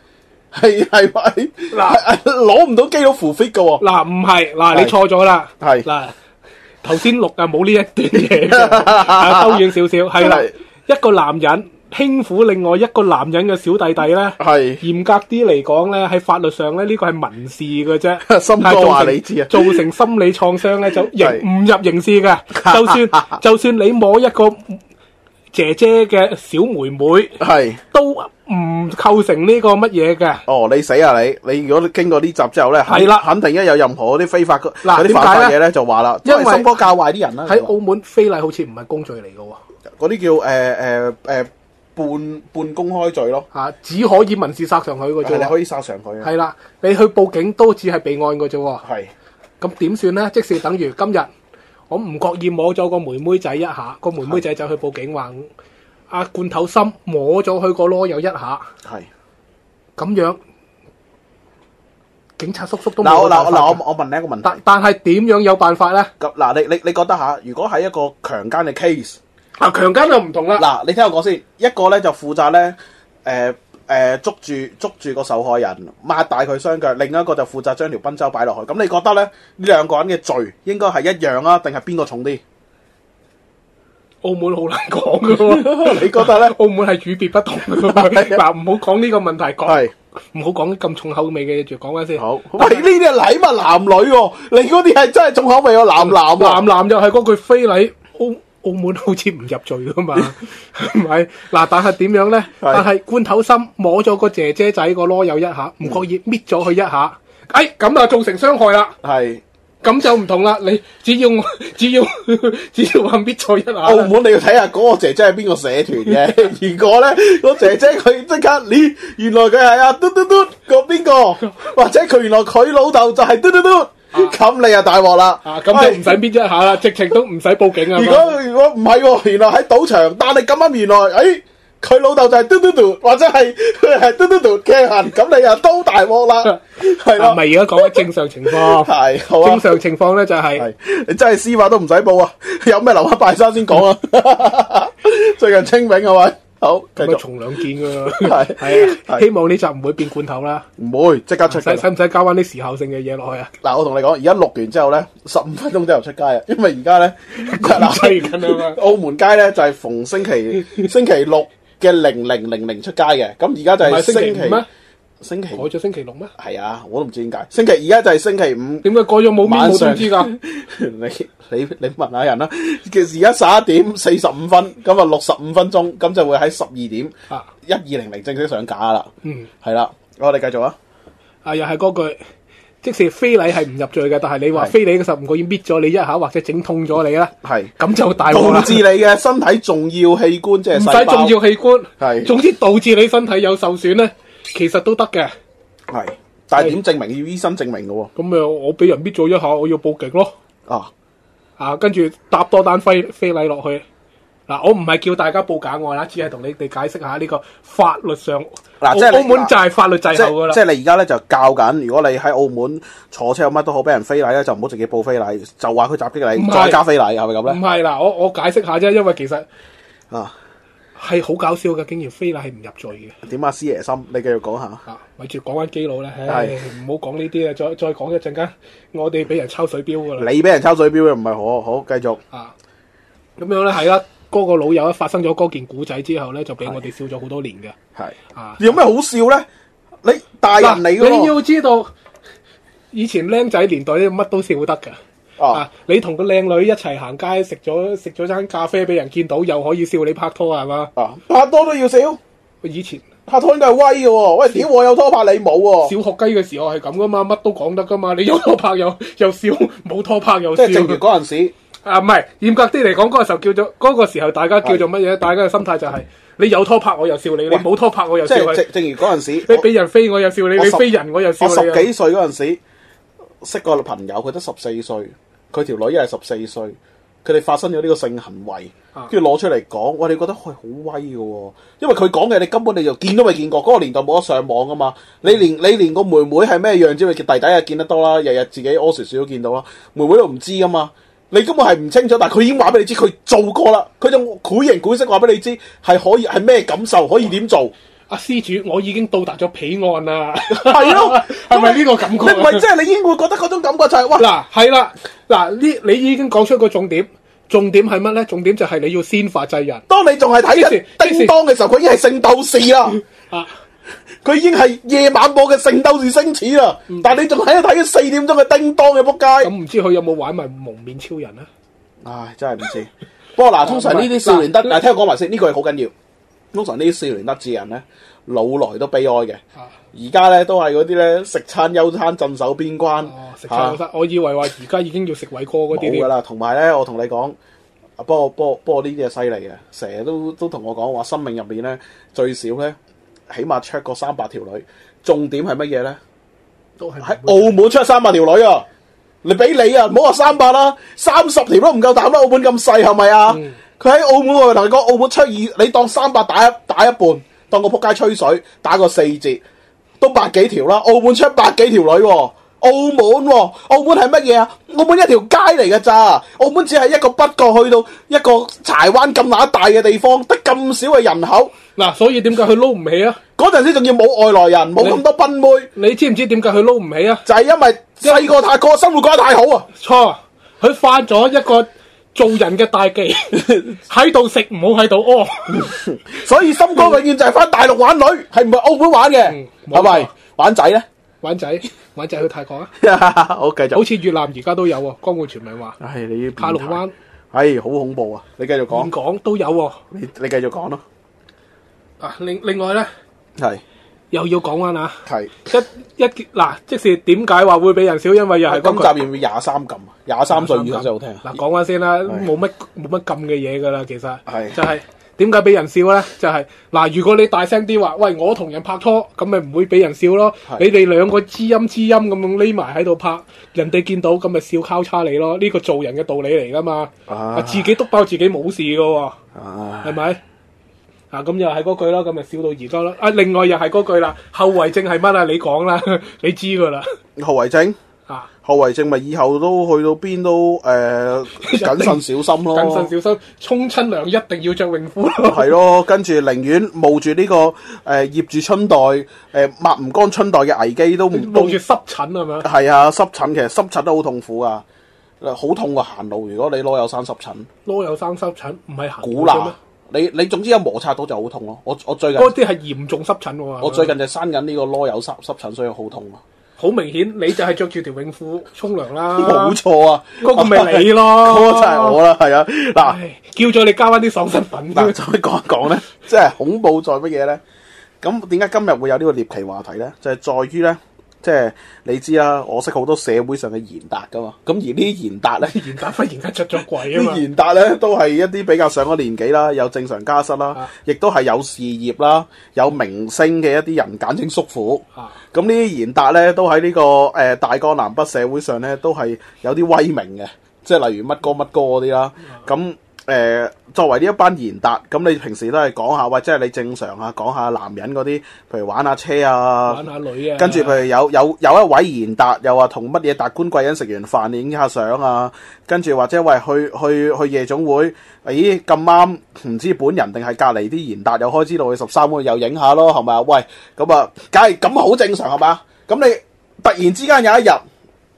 係係係係攞唔到基佬符 fit 嘅喎。
嗱，唔係
係
嗱，你錯咗啦，
係
嗱，頭先錄啊冇呢一段 嘢嘅，啊兜遠少少，係啦
係，
一個男人輕撫另外一個男人嘅小弟弟咧。
係
嚴格啲嚟講咧，喺法律上咧，呢個係民事嘅啫。
心哥
但係造
話
成
你知啊
造成心理創傷咧，就刑
係
唔入刑事嘅。 就算就算你摸一個姐姐嘅小妹妹，
係，
都唔構成呢個乜嘢嘅。
哦，你死啊你！你如果經過呢集之後咧，肯
係啦
肯定一有任何嗰啲非法嗰嗰
嗱
啲
點解
犯法嘢
咧
咧，就話啦，因
因為
為心哥教壞啲人啦，
喺澳門非禮好似唔係公罪嚟嘅喎，
嗰啲叫誒誒誒半半公開罪咯，
嚇啊只可以民事殺上佢嘅啫
係你可
喎。
以殺上佢啊，
係啦，你去報警都只係備案嘅啫喎。
係
咁點算呢？即是等於今日我唔覺意摸咗個妹妹仔一下，個妹妹仔走去報警話阿罐頭心摸咗佢個啰柚一下，
係。
咁樣警察叔叔都
嗱
冇
我嗱我
辦
嗱
法㗎。
我我問你一個問題
但。但係點樣有辦法呢？
咁嗱，你你你覺得嚇？如果係一個強姦嘅 case？
嗱，強姦就唔同啦。
啊嗱，你聽我講先，一個咧就負責咧，誒、誒、捉住捉住個受害人，擘大佢雙腳；另一個就負責將條賓州擺落去。咁你覺得咧，呢兩個人嘅罪應該係一樣啊，定係邊個重啲？
澳門好難講嘅 喎，
你覺得咧？
澳門係與別不同嘅喎。嗱，唔好講呢個問題，講
啊係
唔好講咁重口味嘅嘢，住講翻先。
好，喂，呢啲係禮物男女喎、你嗰啲係真係重口味喎，男男喎、
男男又係嗰句非禮，澳澳門好似唔入罪 噶嘛，係咪？嗱，但係點樣咧？但係罐頭心摸咗個姐姐仔個啰柚一下，唔覺意搣咗佢一下，哎，咁啊造成傷害啦，
係
咁就唔同啦。你只要 只要只要話搣咗一下
澳
啦，
門，你要睇下嗰個姐姐係邊個社團 嘅。如果咧個姐姐佢即刻，咦，原來佢係啊嘟嘟嘟個邊 個，或者佢原來佢老豆就係嘟嘟嘟，咁你啊大鑊啦！
啊，咁就唔使搣一下啦，直情都唔使報警啊
喂。如
嘛。
果如果唔係喎，原來喺賭場，但係咁啱原來，誒佢老豆就係嘟嘟嘟，或者係 佢係嘟嘟嘟嘅人，咁你啊都大鑊 啦，係咯
啊唔，係哦而家講緊正常情況，
係 好啊
正。常情況咧就係、
係，你真係司法都唔使報啊！ 有咩留翻拜山先講啊！ 最近清明係咪？好，繼
咁啊
續。
從兩件
係
噶喎，係啊，
係
希望呢集唔會變罐頭啦。
唔會即刻出
使
街。
使唔使加翻啲時效性嘅嘢落去啊？
嗱，我同你講，而家錄完之後咧，十五分鐘之後出街啊，因為而家 咧，
制
嗱，
緊啊嘛，
澳門街咧就係逢星 期星期六嘅零零零零出街嘅，咁而家就
唔
係
係星期五咩
期？星期
改咗星期六咩？
係啊，我都唔知點解。星期而家就係星期五。
點解改咗冇面
晚
冇
上
通知㗎？
你你你問下人啦。其實而家十一點四十五分，咁啊六十五分鐘，咁就會喺十二點
啊，
一二零零正式上架啦。
嗯，
係啦，我哋繼續啊。
啊又係嗰句，即使非禮係唔入罪嘅，但係你話
係
非禮嘅時候唔故意搣咗你一下，或者整痛咗你啦，
係
咁就大鑊
導
啦。
致你嘅身體重要器官即係
唔
細
使
胞
重要器官，
係
總之導致你身體有受損咧，其實都得嘅。
係，但係點證明？要醫生證明嘅喎。
咁誒，我俾人搣咗一下，我要報警咯。
啊，
啊，跟住搭多單非非禮落去。嗱、我唔係叫大家報假案啦，只係同你哋解釋下呢個法律上，
嗱
澳
即係你
澳門就係法律
即
滯後噶
係
啦
即。係你而家咧就教緊，如果你喺澳門坐車有乜都好，俾人非禮咧，就唔好直接報非禮，就話佢襲擊你，
唔係
再加非禮，係咪咁
唔
咧？
係啦，我我解釋下啫，因為其實
啊，
係好搞笑嘅，竟然非禮係唔入罪嘅
點啊，師爺心，你繼續講下。
嚇。咪住講翻基佬咧，唉，唔好講呢啲啊，再再講一陣間，我哋俾人抄水錶噶啦嗯
你俾人抄水表嘅唔係我，好繼續。
啊。咁樣咧係啦，嗰個老友咧發生咗嗰件古仔之後咧，就俾我哋笑咗好多年嘅。
係
啊，
有咩好笑咧？啊你大人嚟噶
嗱你
喎，
要知道，以前僆仔年代咧乜都笑得㗎。
啊
啊！你同個靚女一齊行街，食咗食咗餐咖啡俾人見到，又可以笑你拍拖係嘛？
啊，拍拖都要笑，
以前
拍拖應該係威嘅喎。喂，屌我有拖拍你冇
小
喎，
學雞嘅時候係咁噶嘛，乜都講得噶嘛，你有拖拍又又笑，冇拖拍又
即
笑。
係正如嗰陣時，
啊，唔係嚴格啲嚟講，嗰、個時候叫做嗰、個時候，大家叫做乜嘢？大家嘅心態就係、你有拖拍我又笑你，你冇拖拍我又
即
笑
係
你，
正正如嗰陣時，
你俾人飛我又笑你，
我
你
十
飛人我又笑
我
你
十
啊！
幾歲嗰陣時識個朋友，佢得十四歲，佢條女又係十四歲，佢哋發生咗呢個性行為
啊，
跟住攞出嚟講，喂，你覺得佢好威嘅喎，因為佢講嘅你根本你就見都未見過，嗰、個年代冇得上網噶嘛，你連你連個妹妹係咩樣之類，弟弟又見得多啦，日日自己屙屎屎都見到啦，妹妹都唔知噶嘛。你根本係唔清楚，但係佢已經話俾你知，佢做過啦，佢仲繪形繪色話俾你知係可以係咩感受，可以點做。
阿施主，我已經到達咗彼岸啦，
係咯
係咪呢個感覺啊？
你唔係即係你已經會覺得嗰種感覺就係、哇！
嗱，係啦，嗱呢，你已經講出個重點，重點係乜咧？重點就係你要先發制人
當你仲係睇緊
即時
叮當嘅時候，佢已經係聖鬥士啦，
啊！
佢已經係夜晚播嘅聖鬥士星矢啦。但係你仲喺度睇緊四點鐘嘅叮當嘅仆
嗯咁
街，
唔知佢有冇玩埋蒙面超人啊？
唉，真係唔知。不過嗱，通常呢啲少年得，
嗱
嗱，聽我講埋先，呢句好緊要。通常呢啲少年得志人咧，老來都悲哀嘅。
啊
而家咧都係嗰啲咧食餐休餐鎮守邊關
哦，食
嚇
餐得，我以為話而家已經要食偉哥
啊冇
嗰啲
噶
添。
啦，同埋咧，我同你講，啊不過不過不過呢啲係犀利嘅，成日都都同我講話，生命入面咧最少咧，起碼 check 過三百條女。重點係乜嘢咧？
都係
喺
唔會
澳門 check 三百條女啊！你俾你啊，唔好話三百啦，三十條都唔夠膽啦！澳門咁細係咪啊？佢喺、澳門我同你講，澳門 check 二，你當三百打一打一半，當個仆街吹水，打個四折，都百幾條啦。澳門 check 百幾條女喎、澳門喎、澳門係乜嘢啊？澳門一條街嚟嘅咋，澳門只係一個北角去到一個柴灣咁乸大嘅地方，得咁少嘅人口。
嗱，所以點解佢撈唔起啊？
嗰陣時仲要冇外來人，冇咁多賓妹，
你知唔知點解佢撈唔起啊？
就係、因為細個太過生活過得太好啊！
錯，佢犯咗一個做人嘅大 忌，喺度食唔好喺度屙。
所以森哥永遠就係翻大陸玩女，係唔係澳門玩嘅
嗯？
係
冇
咪
錯
玩仔咧？
玩仔，玩仔去泰國啊？
好，繼
好
續。
似越南而家都有喎，江湖傳聞話
唉，你
下龍灣、
唉，好恐怖啊！你繼續
香
講，
港都有喎。
你你繼續講咯。
啊，另另外咧
係
又要講翻啊！
係，
一一嗱，即是點解話會俾人少？因為又係嗰
今
句
集要唔要廿三禁？廿三歲以上先好聽。
嗱，講翻先啦，
係
冇乜冇乜禁嘅嘢噶啦，其實
係
就係點解俾人笑咧？就係、嗱，如果你大聲啲話，喂，我同人拍拖，咁咪唔會俾人笑咯。
係
你哋兩個知音知音咁樣匿埋喺度拍，人哋見到咁咪笑交叉你咯。呢、個做人嘅道理嚟噶嘛，
啊
自己篤爆自己冇事噶喎。係
唉，
咪？啊，咁又係嗰句啦，咁咪笑到而家啦。啊，另外又係嗰句啦，後遺症係乜啊？你講啦， 你知噶啦。
後遺症，
啊，
後遺症咪以後都去到邊都 誒謹慎小心咯。
謹慎小心，沖親涼一定要着泳褲咯。
係咯，跟住寧願冒住呢個誒醃住春袋誒抹唔乾春袋嘅危機都唔
冒
都
住濕疹係咪？
係啊，濕疹其實濕疹都好痛苦啊，好痛過行路。如果你攞有生濕疹，
攞有生濕疹，唔係行
鼓
路啫
罅
咩，
你你總之一摩擦到就好痛咯。我我最近
嗰啲係嚴重濕疹喎。係咪
我最近就生緊呢個攞有濕濕疹，所以好痛啊。
好明顯，你就係着住條泳褲沖涼啦。
冇錯啊，
嗰個咪你咯
嗰個就係我啦，係啊，嗱。
唉，叫咗你加翻啲爽身粉。
嗱，再講一講咧，即係恐怖在乜嘢咧？咁點解今日會有呢個獵奇話題咧？就係、在於咧，即係你知啦，我識好多社會上嘅賢達噶嘛。咁而呢啲賢達咧，
元旦忽然間出咗櫃啊
啲
嘛。
賢達咧都係一啲比較上咗年紀啦，有正常家室啦
啊，
亦都係有事業啦，有明星嘅一啲人，簡稱叔父。
啊
咁呢啲賢達咧，都喺呢、個誒、呃大江南北社會上咧，都係有啲威名嘅，即係例如乜哥乜哥嗰啲啦。咁誒、呃作為呢一班賢達，咁你平時都係講下，喂，即係你正常啊，講下男人嗰啲，譬如玩下車啊
玩。下女啊。
跟住譬如有有有一位賢達又話同乜嘢達官貴人食完飯影下相啊，跟住或者喂去去去夜總會，咦咁啱唔知本人定係隔離啲賢達又開支到去十三個又影下咯，係咪啊？喂，咁啊，梗係咁好正常係嘛？咁你突然之間有一日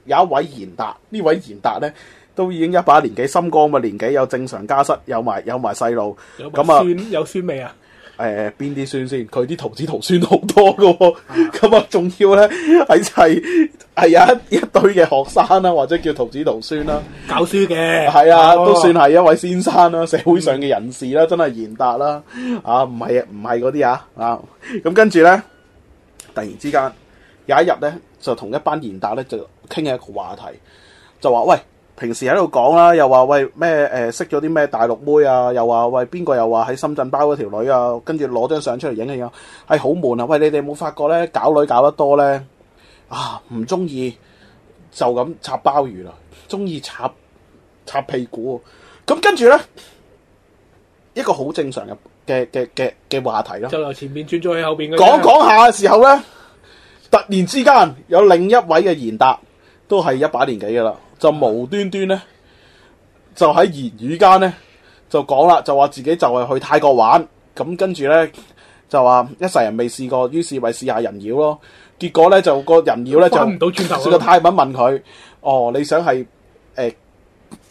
有一位賢達，呢位賢達咧都已經一把年紀，心肝嘅年紀，有正常家室，有埋有埋細路，
有
咁啊
酸有酸味啊！
誒邊啲酸先？佢啲徒子徒孫好多嘅喎、咁啊仲要咧係係係有一一堆嘅學生啦，或者叫徒子徒孫啦，
教書嘅
係啊，
哦
都算係一位先生啦，社會上嘅人士啦，真係賢達啦，啊唔係唔係嗰啲啊啊，咁跟住咧，突然之間有一日咧，就同一班賢達咧就傾一個話題，就話喂。平時喺度講啦，又話喂咩誒、呃、識咗啲咩大陸妹啊，又話喂邊個又話喺深圳包嗰條女啊，跟住攞張相出嚟影影，係好悶啊！喂，你哋有冇發覺咧，搞女搞得多咧啊，唔中意就咁插鮑魚啦，中意插插屁股。咁跟住咧，一個好正常嘅嘅嘅嘅嘅話題啦。
就由前面啊轉咗去後邊嘅啫。
講講下嘅時候咧，突然之間有另一位嘅賢達，都係一把年紀嘅啦，就無端端咧，就喺言語間咧就講啦，就話自己就係去泰國玩，咁跟住咧就話一世人未試過，於是咪試下人妖咯。結果咧就個人妖咧就
翻唔到轉頭啊
試個泰文問佢：哦，你想係誒、呃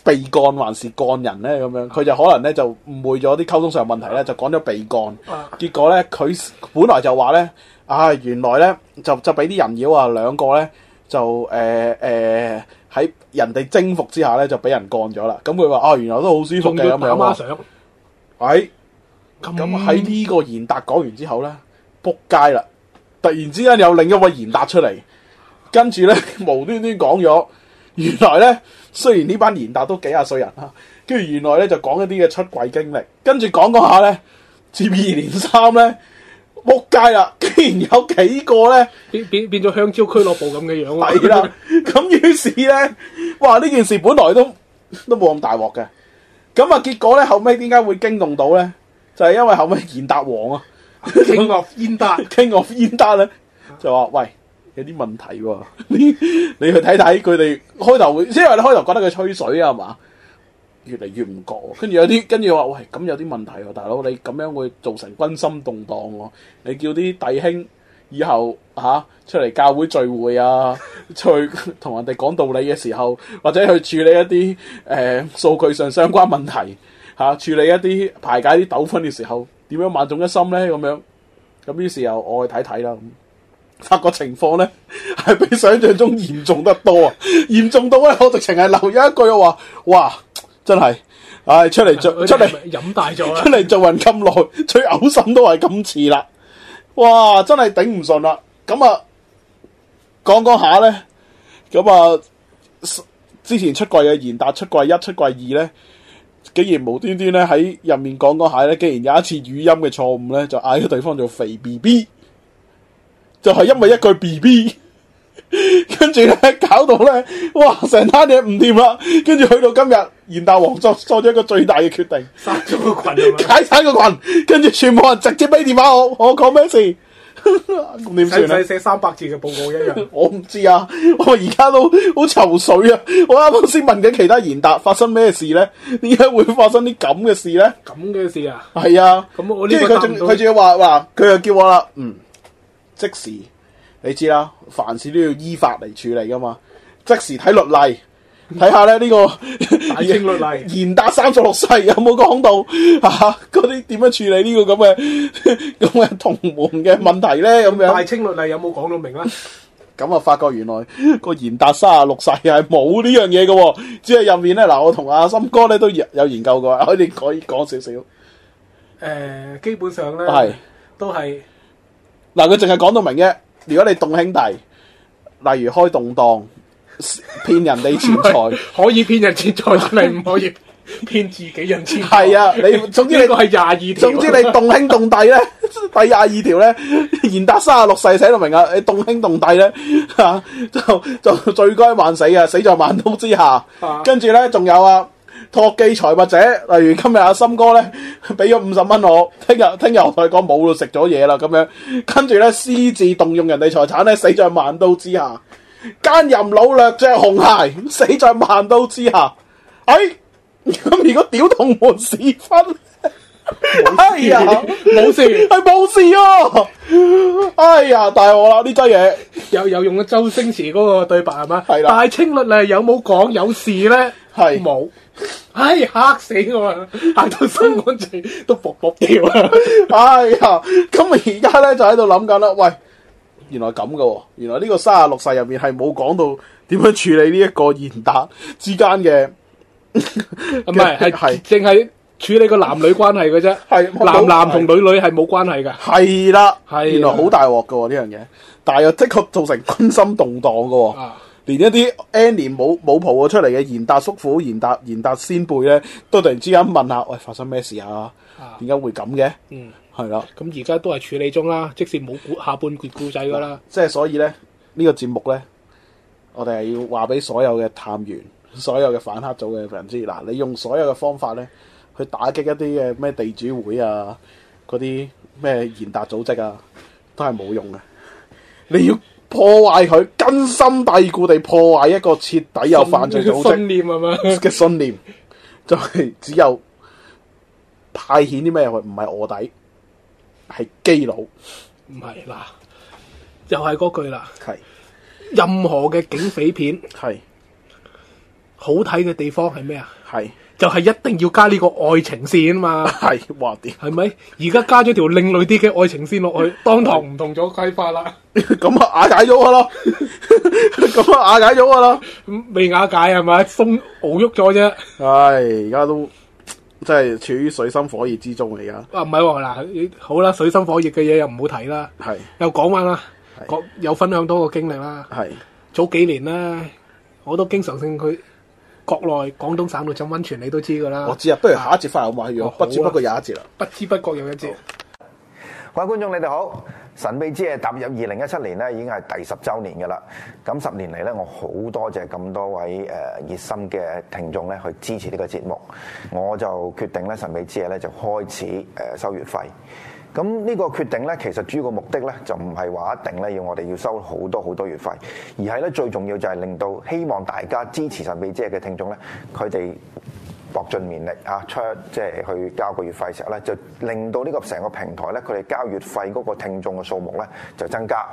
被幹還是幹人咧？咁樣佢就可能咧就誤會咗啲溝通上問題咧，就講咗被幹。
啊
結果咧，佢本來就話咧，啊原來咧就就俾啲人妖啊兩個咧就誒誒呃喺人哋征服之下咧就俾人幹咗啦。咁佢話啊原來都好舒服
仲
嘅
要
咁
打孖
樣喎。哎係
相，咁
咁喺呢個賢達講完之後咧，仆街啦！突然之間有另一位賢達出嚟，跟住咧 無端端講咗，原來咧雖然呢班賢達都幾廿歲人啦，跟住原來咧就講一啲嘅出軌經歷，跟住講講下咧，接二連三咧。仆街啦！竟然有幾個咧
變變變咗香蕉俱樂部咁嘅樣啊
係 啦，咁於是咧，哇！呢件事本來都都冇咁大鑊嘅，咁啊結果咧後尾點解會驚動到咧？就係、因為後尾賢達王啊，
傾落煙達，
傾我煙單咧，就話喂有啲問題喎、你你去睇睇佢哋開頭會，因為你開頭覺得佢吹水啊係嘛，越嚟越唔覺喎，跟住有啲跟住話喂咁有啲問題喎、大佬你咁樣會造成軍心動盪喎、你叫啲弟兄。以後嚇、出嚟教會聚會啊， 去同人哋講道理嘅時候，或者去處理一啲誒、呃、數據上相關問題嚇、處理一啲排解啲糾紛嘅時候，點樣萬眾一心咧咁樣？咁於是又我去睇睇啦，咁發覺情況咧 係比想象中嚴重得多啊！嚴重到咧，我直情係留咗一句我話：哇，真係，唉、出 嚟着
佢
出
哋
嚟
係。咪飲大咗啊啦
出。嚟做人咁耐，最嘔心都係今次啦。哇，真係頂唔順啦。咁啊，講講下咧，咁啊，之前出櫃嘅賢達出櫃一、出櫃二咧，竟然無端端咧喺入面講講下咧，竟然有一次語音嘅錯誤咧，就嗌咗對方做肥 B B，就係因為一句 B B。跟住咧，搞到咧，哇！成單嘢唔掂啦。跟住去到今日，賢達王作作咗一個最大嘅決定，
杀咗個群啊嘛！
解散個群，跟住全部人直接俾電話我，我講咩事？ 咁點
使
算
唔使
啊？
寫三百字嘅報告 一樣？
我唔知啊，我而家都 好愁水啊！我啱啱先問緊其他賢達發生咩事咧，點解會發生啲咁嘅事咧？
咁嘅事啊！
係啊，
咁我呢
跟住
個
佢
答唔
仲
到
佢仲要話話，佢又叫我啦，嗯，即時你知啦，凡事都要依法嚟處理噶嘛，即時睇律 例。睇下咧呢、個
大清律例
賢達三十六世有冇講到 啊？嗰啲點樣處理呢個咁嘅 咁嘅同門嘅問題咧？咁
大
樣
清律例有冇講到明啊？
咁啊，發覺原來個賢達三十六世係冇呢樣嘢嘅喎，只係入面咧嗱，我同阿森哥咧都有有研究過， 我哋可以講少少
誒，基本上
係
咧。都係
嗱，佢淨係講到明啫。如果你動兄弟，例如開動檔、騙人哋錢 財，
可以騙人錢財，但係唔可以騙自己人錢財。
係啊你總之你
呢個係廿二條。
總之 你動兄動弟咧， 第廿二條咧，賢達三十六世寫到明啊，你動兄動弟咧嚇、 啊就就罪該萬死啊，死在萬刀之下。跟住咧，仲有啊。托寄財物者，例如今日阿森哥咧， 俾咗五十蚊我，聽日聽日我同佢講冇啦，食咗嘢啦咁樣，跟住咧私自動用人哋財產咧，死在萬刀之下。奸淫老掠着紅鞋，死在萬刀之下。哎，咁如果屌同門是分，哎呀，
冇事，
係冇事啊！哎呀，大鑊啦呢劑嘢，
又又用咗周星馳嗰個對白係嘛？
係啦
大清律例有冇講有事咧？
係
冇，唉嚇死我啦！嚇到心肝仔都卜卜跳啊！
哎呀，咁而家咧就喺度諗緊啦，喂，原來咁噶喎，原來呢個三十六世入面係冇講到點樣處理呢一個賢達之間嘅，
唔係係
係
淨係處理個男女關係嘅啫，
係
男男同女女係冇關係㗎。
係啦，
係啦啊
原來好大鑊噶喎呢樣嘢，但係又即刻造成軍心動盪噶喎。
啊，
連一啲 N 年冇冇蒲過出嚟嘅賢達叔父、賢達賢達先輩咧，都突然之間問下：喂，發生咩事啊？
啊
點解會咁嘅？
嗯，
係啦，
咁而家都係處理中啦，即使冇故下半橛故仔㗎啦。
即係所以咧，呢、個節目咧，我哋係要話俾所有嘅探員、 所有嘅反黑組嘅人知，嗱，你用所有嘅方法咧，去打擊一啲嘅咩地主會啊，嗰啲咩賢達組織啊，都係冇用嘅。你要破壞佢，根深蒂固地破壞一個徹底有犯罪組織
信。念係嘛？
嘅信念， 就係只有派遣啲咩入去，唔係卧底，係基佬，
唔係嗱，又係嗰句啦。
係
任何嘅警匪片
係
好睇嘅地方係咩啊？
係
就係、一定要加呢個愛情線啊嘛，
係，哇屌！
係咪？而家加咗條另類啲嘅愛情線落去，當堂唔同咗規法啦，
咁啊瓦解咗我咯， 咁啊瓦解咗我咯，
咁未瓦解係咪？鬆熬喐咗啫。
唉，而家都真係處於水深火熱之中嚟噶，
啊，唔係喎嗱，好啦，水深火熱嘅嘢又唔好提啦，
係
又講翻啦，
係
講有分享多個經歷啦。
係
早幾年咧，我都經常性去國內廣東省度浸温泉，你都知㗎啦。
我知啊，不如下一節翻嚟我買藥，
哦好
不
啊
知不覺有一節啦，
不知不覺有一節。
各位觀眾，你哋好！神秘之夜踏入二零一七年咧，已經係第十週年嘅啦。咁十年嚟咧，我好多謝咁多位誒呃熱心嘅聽眾咧，去支持呢個節目。我就決定咧，神秘之夜咧就開始誒收月費。咁呢個決定咧，其實主要個目的咧，就唔係話一定咧要我哋要收好多好多月費，而係咧最重要就係令到希望大家支持神秘之夜嘅聽眾咧，佢哋搏盡綿力啊，出即係去交個月費嘅時候咧，就令到呢個成個平台咧，佢哋交月費嗰個聽眾嘅數目咧就增加。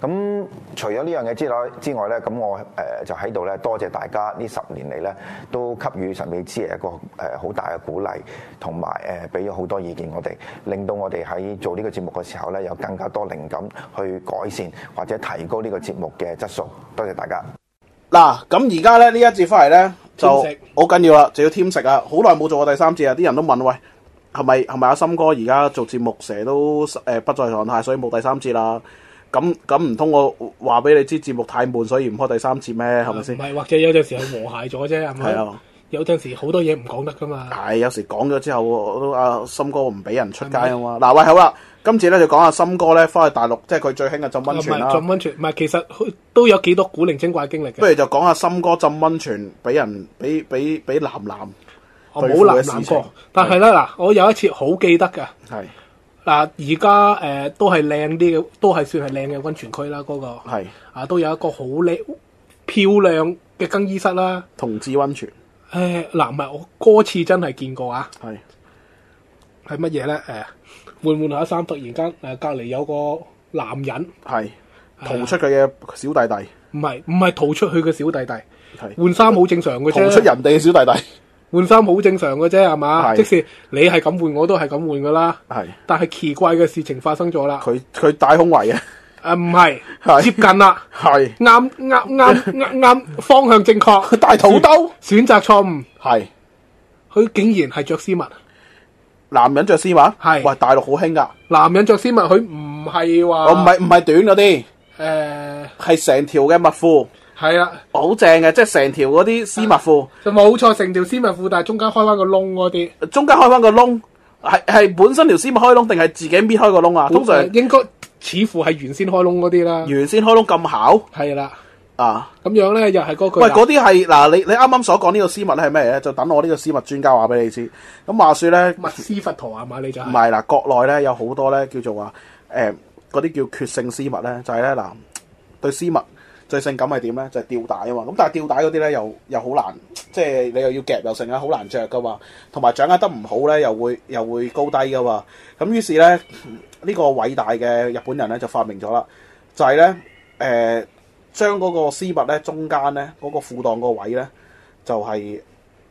咁除咗呢樣嘢之外之外咧，咁我誒呃就喺度咧多謝大家呢十年嚟咧都給予神秘之夜一個誒好大嘅鼓勵，同埋誒俾咗好多意見我哋，令到我哋喺做呢個節目嘅時候咧有更加多靈感去改善或者提高呢個節目嘅質素。多謝大家。
嗱，咁而家咧呢一節翻嚟咧就
添食
好緊要啦，就要添食啊！好耐冇做過第三節啊，啲人都問喂，係咪係咪阿森哥而家做節目成日都誒、呃不在狀態，所以冇第三節啦？咁咁唔通我話俾你知節目太悶，所以唔開第三節咩？係咪先
唔？係，或者有陣時係和諧咗啫，係咪？
係啊，
有陣時好多嘢唔講得噶嘛。
係有時講咗之後，我都阿森哥唔俾人出街啊嘛。嗱，喂，好啦，今次咧就講阿森哥咧翻去大陸，即係佢最興嘅浸温泉啊
啊唔係
啦
浸。温泉，唔係其實都有幾多古靈精怪經歷
不
嘅。
如就講下森哥浸温泉俾人俾俾俾男男
我冇
對付
難
嘅
難
事情
過，但係咧嗱，我有一次好記得㗎。
係
嗱，而家誒都係靚啲嘅，都係算係靚嘅温泉區啦。嗰、個
係
啊，都有一個好靚漂亮嘅更衣室啦。
同志温泉
誒嗱，唔係我嗰次真係見過啊，
係。
係乜嘢咧？誒、換換下衫，突然間誒、隔離有個男人，
系逃出佢嘅小弟弟，
唔係唔係逃出去嘅小弟弟，
系
換衫好正常嘅啫。
逃出人哋嘅小弟弟，
換衫好正常嘅啫，係嘛？
係
即使你係咁換，我都係咁換噶啦。
系
但係奇怪嘅事情發生咗啦。
佢佢戴胸圍
誒唔係，
係
接近啦，
嘅，系
啱啱啱啱啱方向正確，
大肚兜，
選擇錯誤。
系
佢竟然係着絲襪，
男人着絲襪，
係
喂大陸好興噶，
男人着絲襪，佢唔係話
我唔係唔係短嗰啲，
誒
係成條嘅襪褲，
係啦，
好正嘅，即係成條嗰啲絲襪
就冇錯，成條絲襪褲，但係中間開翻個窿嗰啲，
褲，中間開翻個窿，係係本身條絲襪開窿，定係自己搣開個窿啊？通常
應該似乎係原先開窿嗰啲啦。
原先開窿咁巧
係啦，
啊！
咁樣咧又係嗰句
喂，
啦。
嗰啲係嗱，你你啱啱所講呢個絲襪咧係咩咧？就等我呢個絲襪專家話俾你知。咁話說咧，
密斯佛陀係嘛？你就
唔
係
係嗱，國內咧有好多咧叫做話誒嗰啲叫決性絲襪咧，就係咧嗱對絲襪最性感係點咧？就係、吊帶啊嘛。咁但係吊帶嗰啲咧又又好難，即係你又要夾又成啊，好難着噶嘛。同埋掌握得唔好咧，又會又會高低噶嘛。咁於是咧呢、呢個偉大嘅日本人咧就發明咗啦，就係咧誒將嗰個絲襪咧中間咧嗰、個褲檔個位咧就係、誒、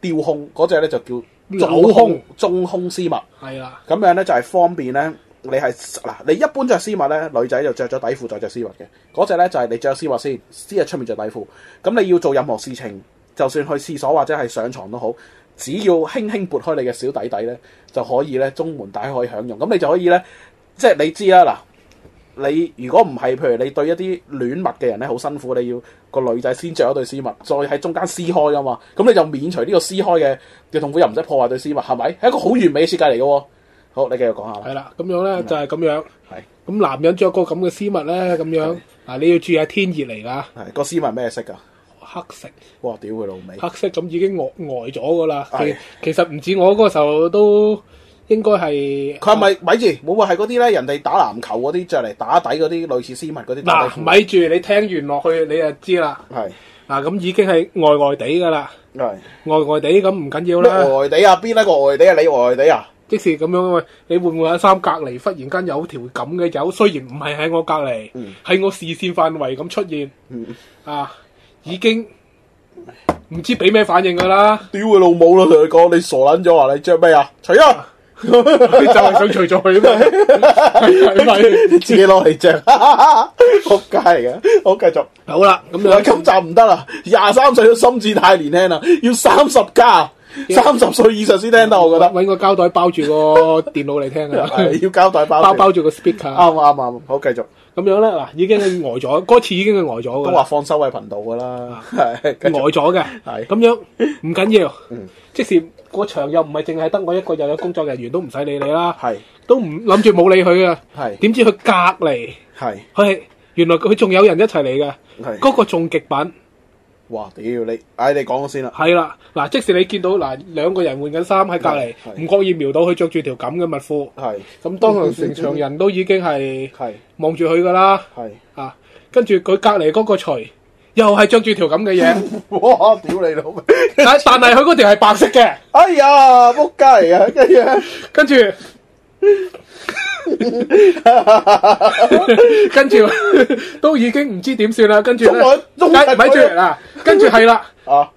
吊控嗰只咧就叫
扭控
中空絲襪。
係啦，
咁樣咧就係方便咧，你係嗱，你一般着絲襪咧，女仔就着咗底褲再着絲襪嘅，嗰只咧就係你着咗絲襪先，絲襪出面着底褲。咁你要做任何事情，就算去廁所或者係上床都好，只要輕輕撥開你嘅小底底咧，就可以咧中門帶可以享用。咁你就可以咧，即係你知啦嗱。你如果唔係，譬如你對一啲戀襪嘅人咧，好辛苦，你要個女仔先着一對絲襪，再喺中間撕開噶嘛，咁你就免除呢個撕開嘅嘅痛苦，又唔使破壞對絲襪，係咪？係一個好完美嘅設計嚟嘅喎。好，你繼續講下啦。
係啦，咁樣咧就係咁樣。
係
咁男人着個咁嘅絲襪咧，咁樣嗱，你要注意下天熱嚟噶，
係個絲襪咩色㗎？
黑色。
哇！屌佢老味。
黑色咁已經呆呆咗噶啦。
係
其其實唔止我嗰個時候都應該
佢
係
係咪咪住？冇話係嗰啲咧，人哋打籃球嗰啲着嚟打底嗰啲類似絲襪嗰啲打底
嗱？
褲。
咪住你聽完落去你就知啦。
係
嗱咁已經係呆呆地噶啦，
係
呆呆地咁唔緊要
咩
啦。
外地啊？邊一個外地啊？你外地啊？
即使咁樣喂，你會唔會喺三隔離忽然間有條咁嘅友？雖然唔係喺我隔離，
嗯
喺我視線範圍咁出現
嗯
啊，已經唔知俾咩反應噶啦。
屌佢老母啦！同佢講，你傻撚咗啊！你着咩啊？除啊！
就係想除咗佢啊嘛， 係係咪？
自己攞嚟着， 仆街嚟嘅。好，繼續。
好啦，咁
嗱，
樣
今集唔得啦，廿三歲都心智太年輕啦，要三十加，三十歲以上先聽得，我覺得。
揾個膠袋包住個電腦嚟聽啊，
係要交代包
包
住
包住個 speaker，
啱啱啱，好繼續。
咁樣咧嗱，已經係呆咗，嗰次已經係呆咗噶
都話
啦，
放收位頻道噶
啊
啦， 係繼
呆
續
咗嘅，
係嗯
咁 樣唔緊要，即使個場又唔係淨係得我一個，又有工作人員都唔使理你啦，
係
都唔諗住冇理佢啊，
係
點知佢隔離，
係
佢係原來佢仲有人一齊嚟嘅，
係，
嗰個仲極品。
哇屌你，唉你講咗先啦，
係啦，嗱，即使你見到嗱兩個人換緊衫喺隔離
係，
唔覺意瞄到佢着住條咁嘅襪褲，
係
咁當場成場人都已經係
係
望住佢噶啦，
係，
啊，跟住佢隔離嗰個除又係着住條咁 嘅嘢，
哇屌你老味，
但但係佢嗰條係白色嘅，
哎呀仆街嚟啊，跟住呢
跟住 跟住都已經唔知點算啦，跟住咧，
中文中
咪
文
咪住嗱，跟住係啦。
啊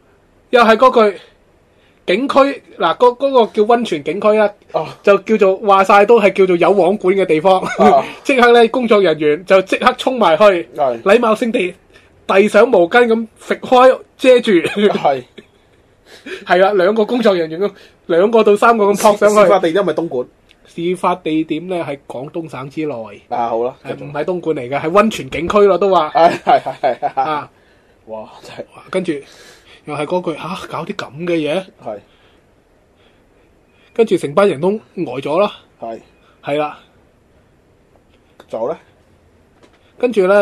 又係嗰句景區嗱，嗰嗰、個叫温泉景區啦，
啊
就叫做話晒都係叫做有網管嘅地方
啊，
即、刻咧工作人員就即刻衝埋去，
係
禮貌性地遞上毛巾咁食開遮住，
係，
係啦，兩個工作人員咁兩個到三個咁撲上
事發
去。
地點係咪東莞？
事發地點咧係廣東省之內，係
啊好啦，繼
唔
續，
係東莞嚟嘅，係温泉景區咯都話
係係係係，
啊，
哇真係
跟住又係嗰句吓、搞啲咁嘅嘢，
係
跟住成班人都呆咗啦，
係，
係啦。
仲有咧
跟住咧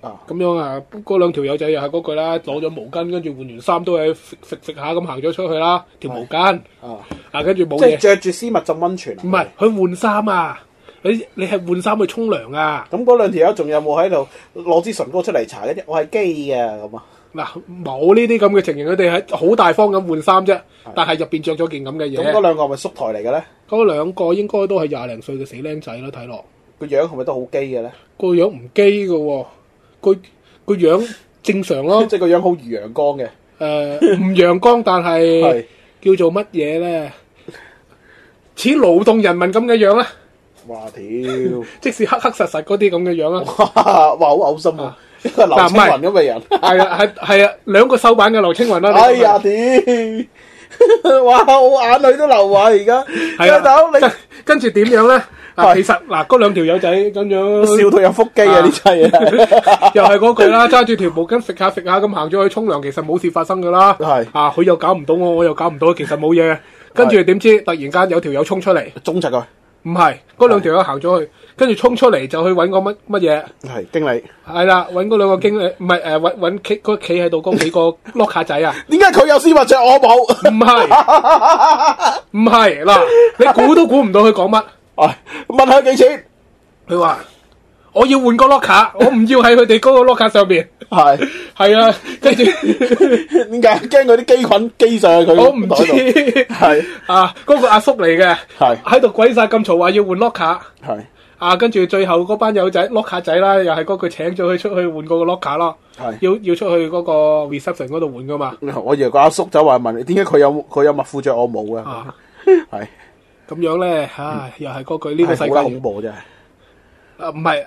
啊
咁樣啊，嗰兩條友仔又係嗰句啦，攞咗毛巾，跟住換完衫都係食食食下咁行咗出去啦，條毛巾
啊，
啊，跟住冇
即係
嘢，
着住絲襪浸温泉啊，
唔係佢換衫啊，你你係換衫去沖涼啊，
咁嗰兩條友仲有冇喺度攞支唇膏出嚟搽一啲？我係基嘅咁啊，
嗱冇呢啲咁嘅情形，佢哋係好大方咁換衫啫，但係入邊着咗件咁嘅
咁嗰
嘢，
兩個係咪叔台嚟嘅咧？
嗰兩個應該都係廿零歲嘅死僆仔咯，睇落
個樣係咪都好基嘅咧？
個樣唔基嘅喎，個個樣正 常咯，
即係個樣好如陽光嘅，
誒唔陽光，但係。
係
叫做乜嘢咧？似勞動人民咁嘅樣啦，啊
哇 屌，
即使黑黑實實嗰啲咁嘅樣啊 啦，
哇好嘔心 啊！一個劉青雲咁嘅人，
係啊係係啊，兩個手板嘅劉青雲啦，
哎呀 屌，哇我眼淚都流啊！而家，
係
大佬
啊，
你
跟跟住點樣咧？啊，
係
其實嗱，嗰兩條友仔咁樣，
笑到有腹肌啊！
啊
呢劑嘢
又係嗰句啦，揸住條毛巾食下食下咁行咗去沖涼，其實冇事發生噶啦。
係
啊，佢又搞唔到我，我又搞唔到，其實冇嘢。跟住點知突然間有條友衝出嚟，
中柒佢，
唔係嗰兩條友行咗去，跟住衝出嚟就去揾個乜乜嘢。
係經理。
系啦，揾嗰兩個經理，唔係诶，揾揾企嗰企喺度嗰幾個 lock 下仔啊，
點解佢有絲襪着我冇？
唔係唔係嗱，你估都估唔到佢講乜，
哎問下幾錢？
佢話我要換個 lock 我唔要喺佢哋嗰個 lock 上边，
係
係啊，跟住
點解驚佢啲機菌機上去佢？
我唔
係
知
係
啊，嗰個阿叔嚟嘅，
係
喺度鬼晒咁嘈，話要換 lock
係
啊，跟住最後嗰班友仔 lock 卡仔啦，又係嗰句請咗佢出去換過個 lock 卡咯，
係
要要出去嗰個 reception 嗰度換噶嘛，
我以為個阿叔走話問你點解佢有佢有襪褲着我冇嘅，
啊，
係
咁樣咧，唉，又係嗰句呢個
嗯
世
係
界
好啦恐怖真係。
啊唔係誒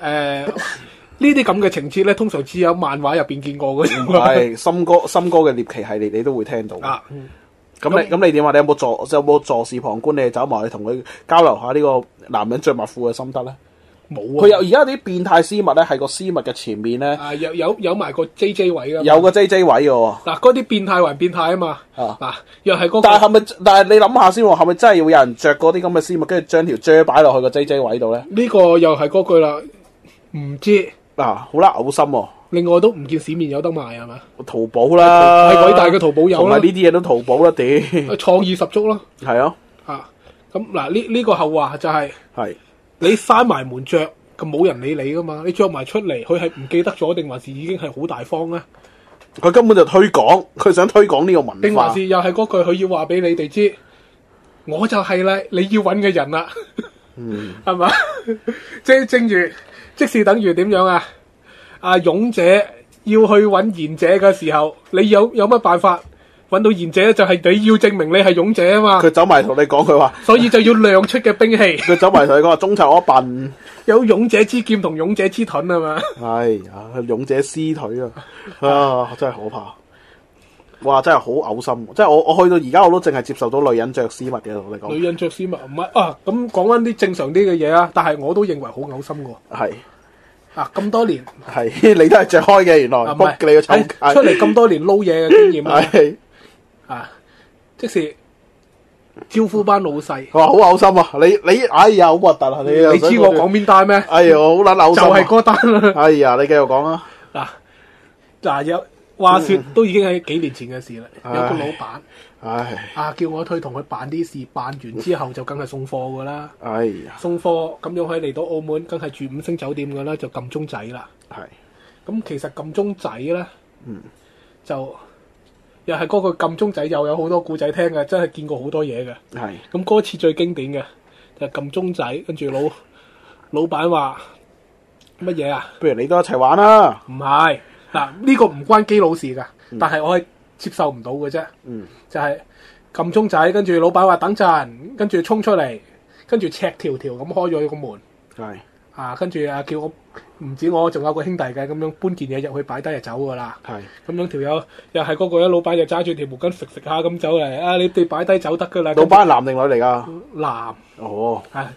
呢啲咁嘅情節咧，通常只有漫畫入邊見過嘅啫嘛，
係森哥森哥嘅獵奇系列，你都會聽到。
啊，
咁你咁你點啊？你有冇助有冇助視旁觀？你走埋去同佢交流下呢個男人着襪褲嘅心得咧？
冇
佢有
啊，
而家啲變態絲襪咧，係個絲襪嘅前面咧
啊有有有埋個 J J 位噶，
有個 J J 位嘅喎。
嗱嗰啲變態還變態啊嘛，
啊
嗱又係嗰
但係
個
係咪？但係你諗下先喎，係咪真係會有人着嗰啲咁嘅絲襪，跟住將條遮擺落去個 J J 位度咧？
呢個又係嗰句啦，唔知。
嗱、好啦，嘔心喎、
另外都唔見市面有得賣係嘛？
淘寶啦，
係偉大嘅淘寶有啦
同埋呢啲嘢都淘寶啦， 屌，
啊創意十足咯
係啊，
嚇！咁嗱呢呢個後話就係、
係
你閂埋門着，咁冇人理你噶嘛？你着埋出嚟，佢係唔記得咗定還是已經係好大方咧？
佢根本就推廣，佢想推廣呢個文
定還
化，
是又係嗰句佢要話俾你哋知，我就係啦，你要揾嘅人啦，係嘛、即係正如，即是等於點樣啊？啊，勇者要去揾賢者嘅時候，你有有乜辦法揾到賢者？就係、你要證明你係勇者啊嘛
佢。走埋同你講，佢話
所以就要亮出嘅兵器，
佢走埋同你講話中秋我笨，
有勇者之劍同勇者之盾啊嘛。
係啊，勇者屍腿啊，啊，真係可怕。哇！真係好嘔心，即係我我去到而家我都淨係接受到女人着絲襪嘅，同你
女
講
人着絲襪唔係啊，咁講翻啲正常啲嘅嘢啊，但係我都認為好嘔心喎。
係
啊，咁多年
係， 你都係着開嘅原來，
啊，唔
仆你個臭
係
街
出嚟咁多年撈嘢嘅經驗啊，
係
啊，即是招呼班老細，
哇，好嘔心啊！你你哎呀，好核突啊！你
你知我講邊單咩？
哎呀，好撚
就
嘔心啊
係嗰單 啦。
哎呀，你繼續講啊！
嗱嗱有話說都已經係幾年前嘅事啦，有
唉
個老闆
唉，
啊叫我去同佢辦啲事，辦完之後就梗係送貨噶啦。
哎呀，
送貨咁樣可以嚟到澳門，梗係住五星酒店噶啦，就撳鐘仔啦。
係
咁其實撳鐘仔咧，嗯，就又係嗰個撳鐘仔又有好多故仔聽嘅，真係見過好多嘢嘅。
係
咁嗰次最經典嘅就係撳鐘仔，跟住老老闆話乜嘢啊？
不如你都一齊玩啊啦！
唔係嗱，呢、個唔關基佬事噶，但係我係接受唔到嘅啫。
嗯，
就係撳鐘仔，跟住老闆話等陣，跟住衝出嚟，跟住赤條條咁開咗個門。
係
啊，跟住啊叫我唔止我，仲有個兄弟嘅，咁樣搬件嘢入去擺低就走噶啦。
係
咁樣條友又係嗰個咧，老闆就揸住條毛巾食食下咁走嚟，啊你哋擺低走得噶啦。
老闆係男定女嚟㗎？
跟住男
哦，
啊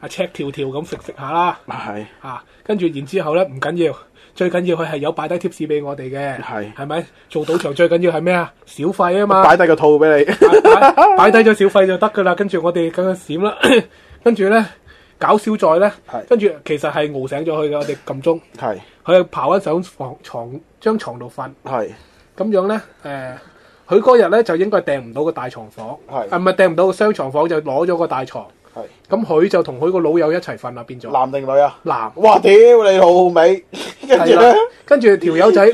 啊赤條條咁食食下啦，
係
啊跟住然之後咧唔緊要，最緊要佢係有擺低貼士俾我哋嘅，
係
係咪做賭場最緊要係咩啊？小費啊嘛。
擺低個套俾 你，
擺擺低咗小費就得噶啦，跟住我哋咁樣閃啦， 跟住咧搞笑在咧
係，
跟住其實係熬醒咗佢嘅，我哋撳鐘，
係
佢係刨一上房床張床度瞓，
係
咁樣咧誒，呃佢嗰日咧就應該訂唔到個大床房，
係
啊唔係訂唔到個雙床房就攞咗個大床，
係
咁佢就同佢個老友一齊瞓啦，變咗
男定女啊？
男。
哇！屌你老 味，跟住
係啦
咧，，
跟住條友仔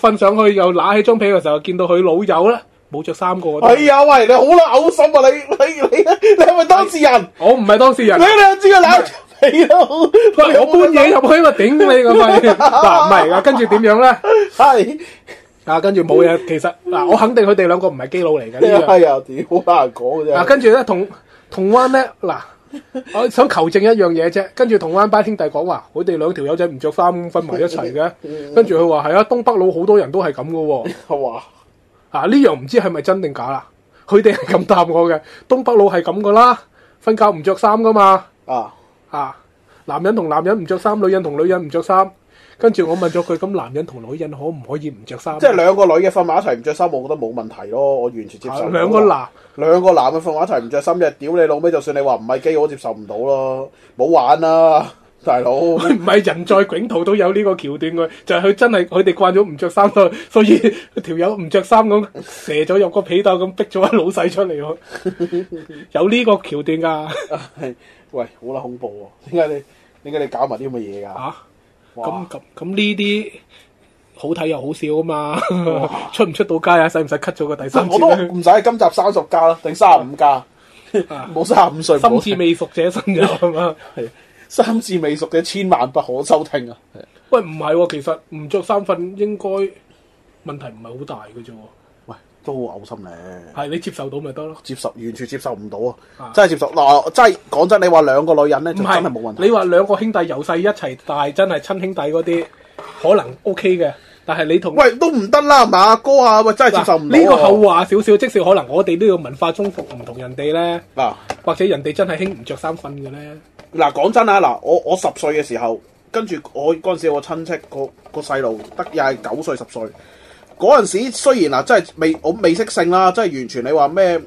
瞓上去又揦起張被嘅時候，見到佢老友咧冇着衫過嗰
哎
啲，
呀喂，你好啦，嘔心啊！你你你你係咪當事人？
我唔 係當事人
你。你知佢攬住你咯，
喂，我搬嘢入去，我頂 你個肺！嗱，唔係啊，跟住點樣咧？
係
啊，跟住冇嘢，其實嗱，我肯定佢哋兩個唔係基佬嚟嘅呢
哎呀，屌好難講嘅
樣。
啫。
啊，跟住咧，同同灣咧，嗱， 我想求證一樣嘢啫。跟住同灣班兄弟講話，佢哋兩條友仔唔着衫瞓埋一齊
嗯
嘅。跟住佢話係啊，東北佬好多人都係咁嘅喎。
哇！
啊，呢樣唔知係咪真定假啦？佢哋係咁答我嘅，東北佬係咁噶啦，瞓覺唔着衫噶嘛。
啊！
啊，男人同男人唔着衫，女人同女人唔着衫。跟住我問咗佢，咁男人同女人可唔可以唔着衫？啊
即係兩個女嘅瞓埋一齊唔着衫，我覺得冇問題咯，我完全接受
啊
到。
兩個男，
兩個男嘅瞓埋一齊唔着衫，就屌你老味！就算你話唔係基，我接受唔到咯，冇玩啦，大佬。
佢唔係人在囧途都有呢個橋段嘅，就係佢真係佢哋慣咗唔着衫 咯，所以條友唔着衫咁射咗入個被竇咁逼咗阿老細出嚟喎， 有呢個橋段㗎
喂，好啦，恐怖喎！點解你點解你搞埋啲咁嘅嘢㗎？
啊！咁
哇！
咁咁呢啲好睇又好笑啊嘛， 出唔出到街啊？使唔使 cut 咗個第三
我
節
都
咧？
唔使今集三十
嗯啊
加啦，定三十五加？冇三十五歲，
心智未熟者身有係嘛？
係三字未熟嘅千萬不可收聽啊！
喂，唔係喎，其實唔着三瞓應該問題唔係好大嘅啫喎，
喂，都好嘔心咧。
係你接受到咪得咯？
接受完全接受唔到啊
啊！
真係接受嗱，真係講真，你話兩個女人咧，
唔
就真係冇問
係
題。
你話兩個兄弟由細一齊大，真係親兄弟嗰啲可能 OK 嘅，但係你同
喂都唔得啦，係嘛哥啊，喂真係接受唔
嗱
到啊。
呢個後話少少，即使可能我哋呢個文化中服唔同人哋咧，
嗱
或者人哋真係興唔着衫瞓嘅咧，
嗱講真啊，嗱我我十歲嘅時候，跟住我嗰陣時我親戚個個細路得又係九歲十歲，嗰陣時雖然嗱真係未我未識性啦，真係完全你話咩？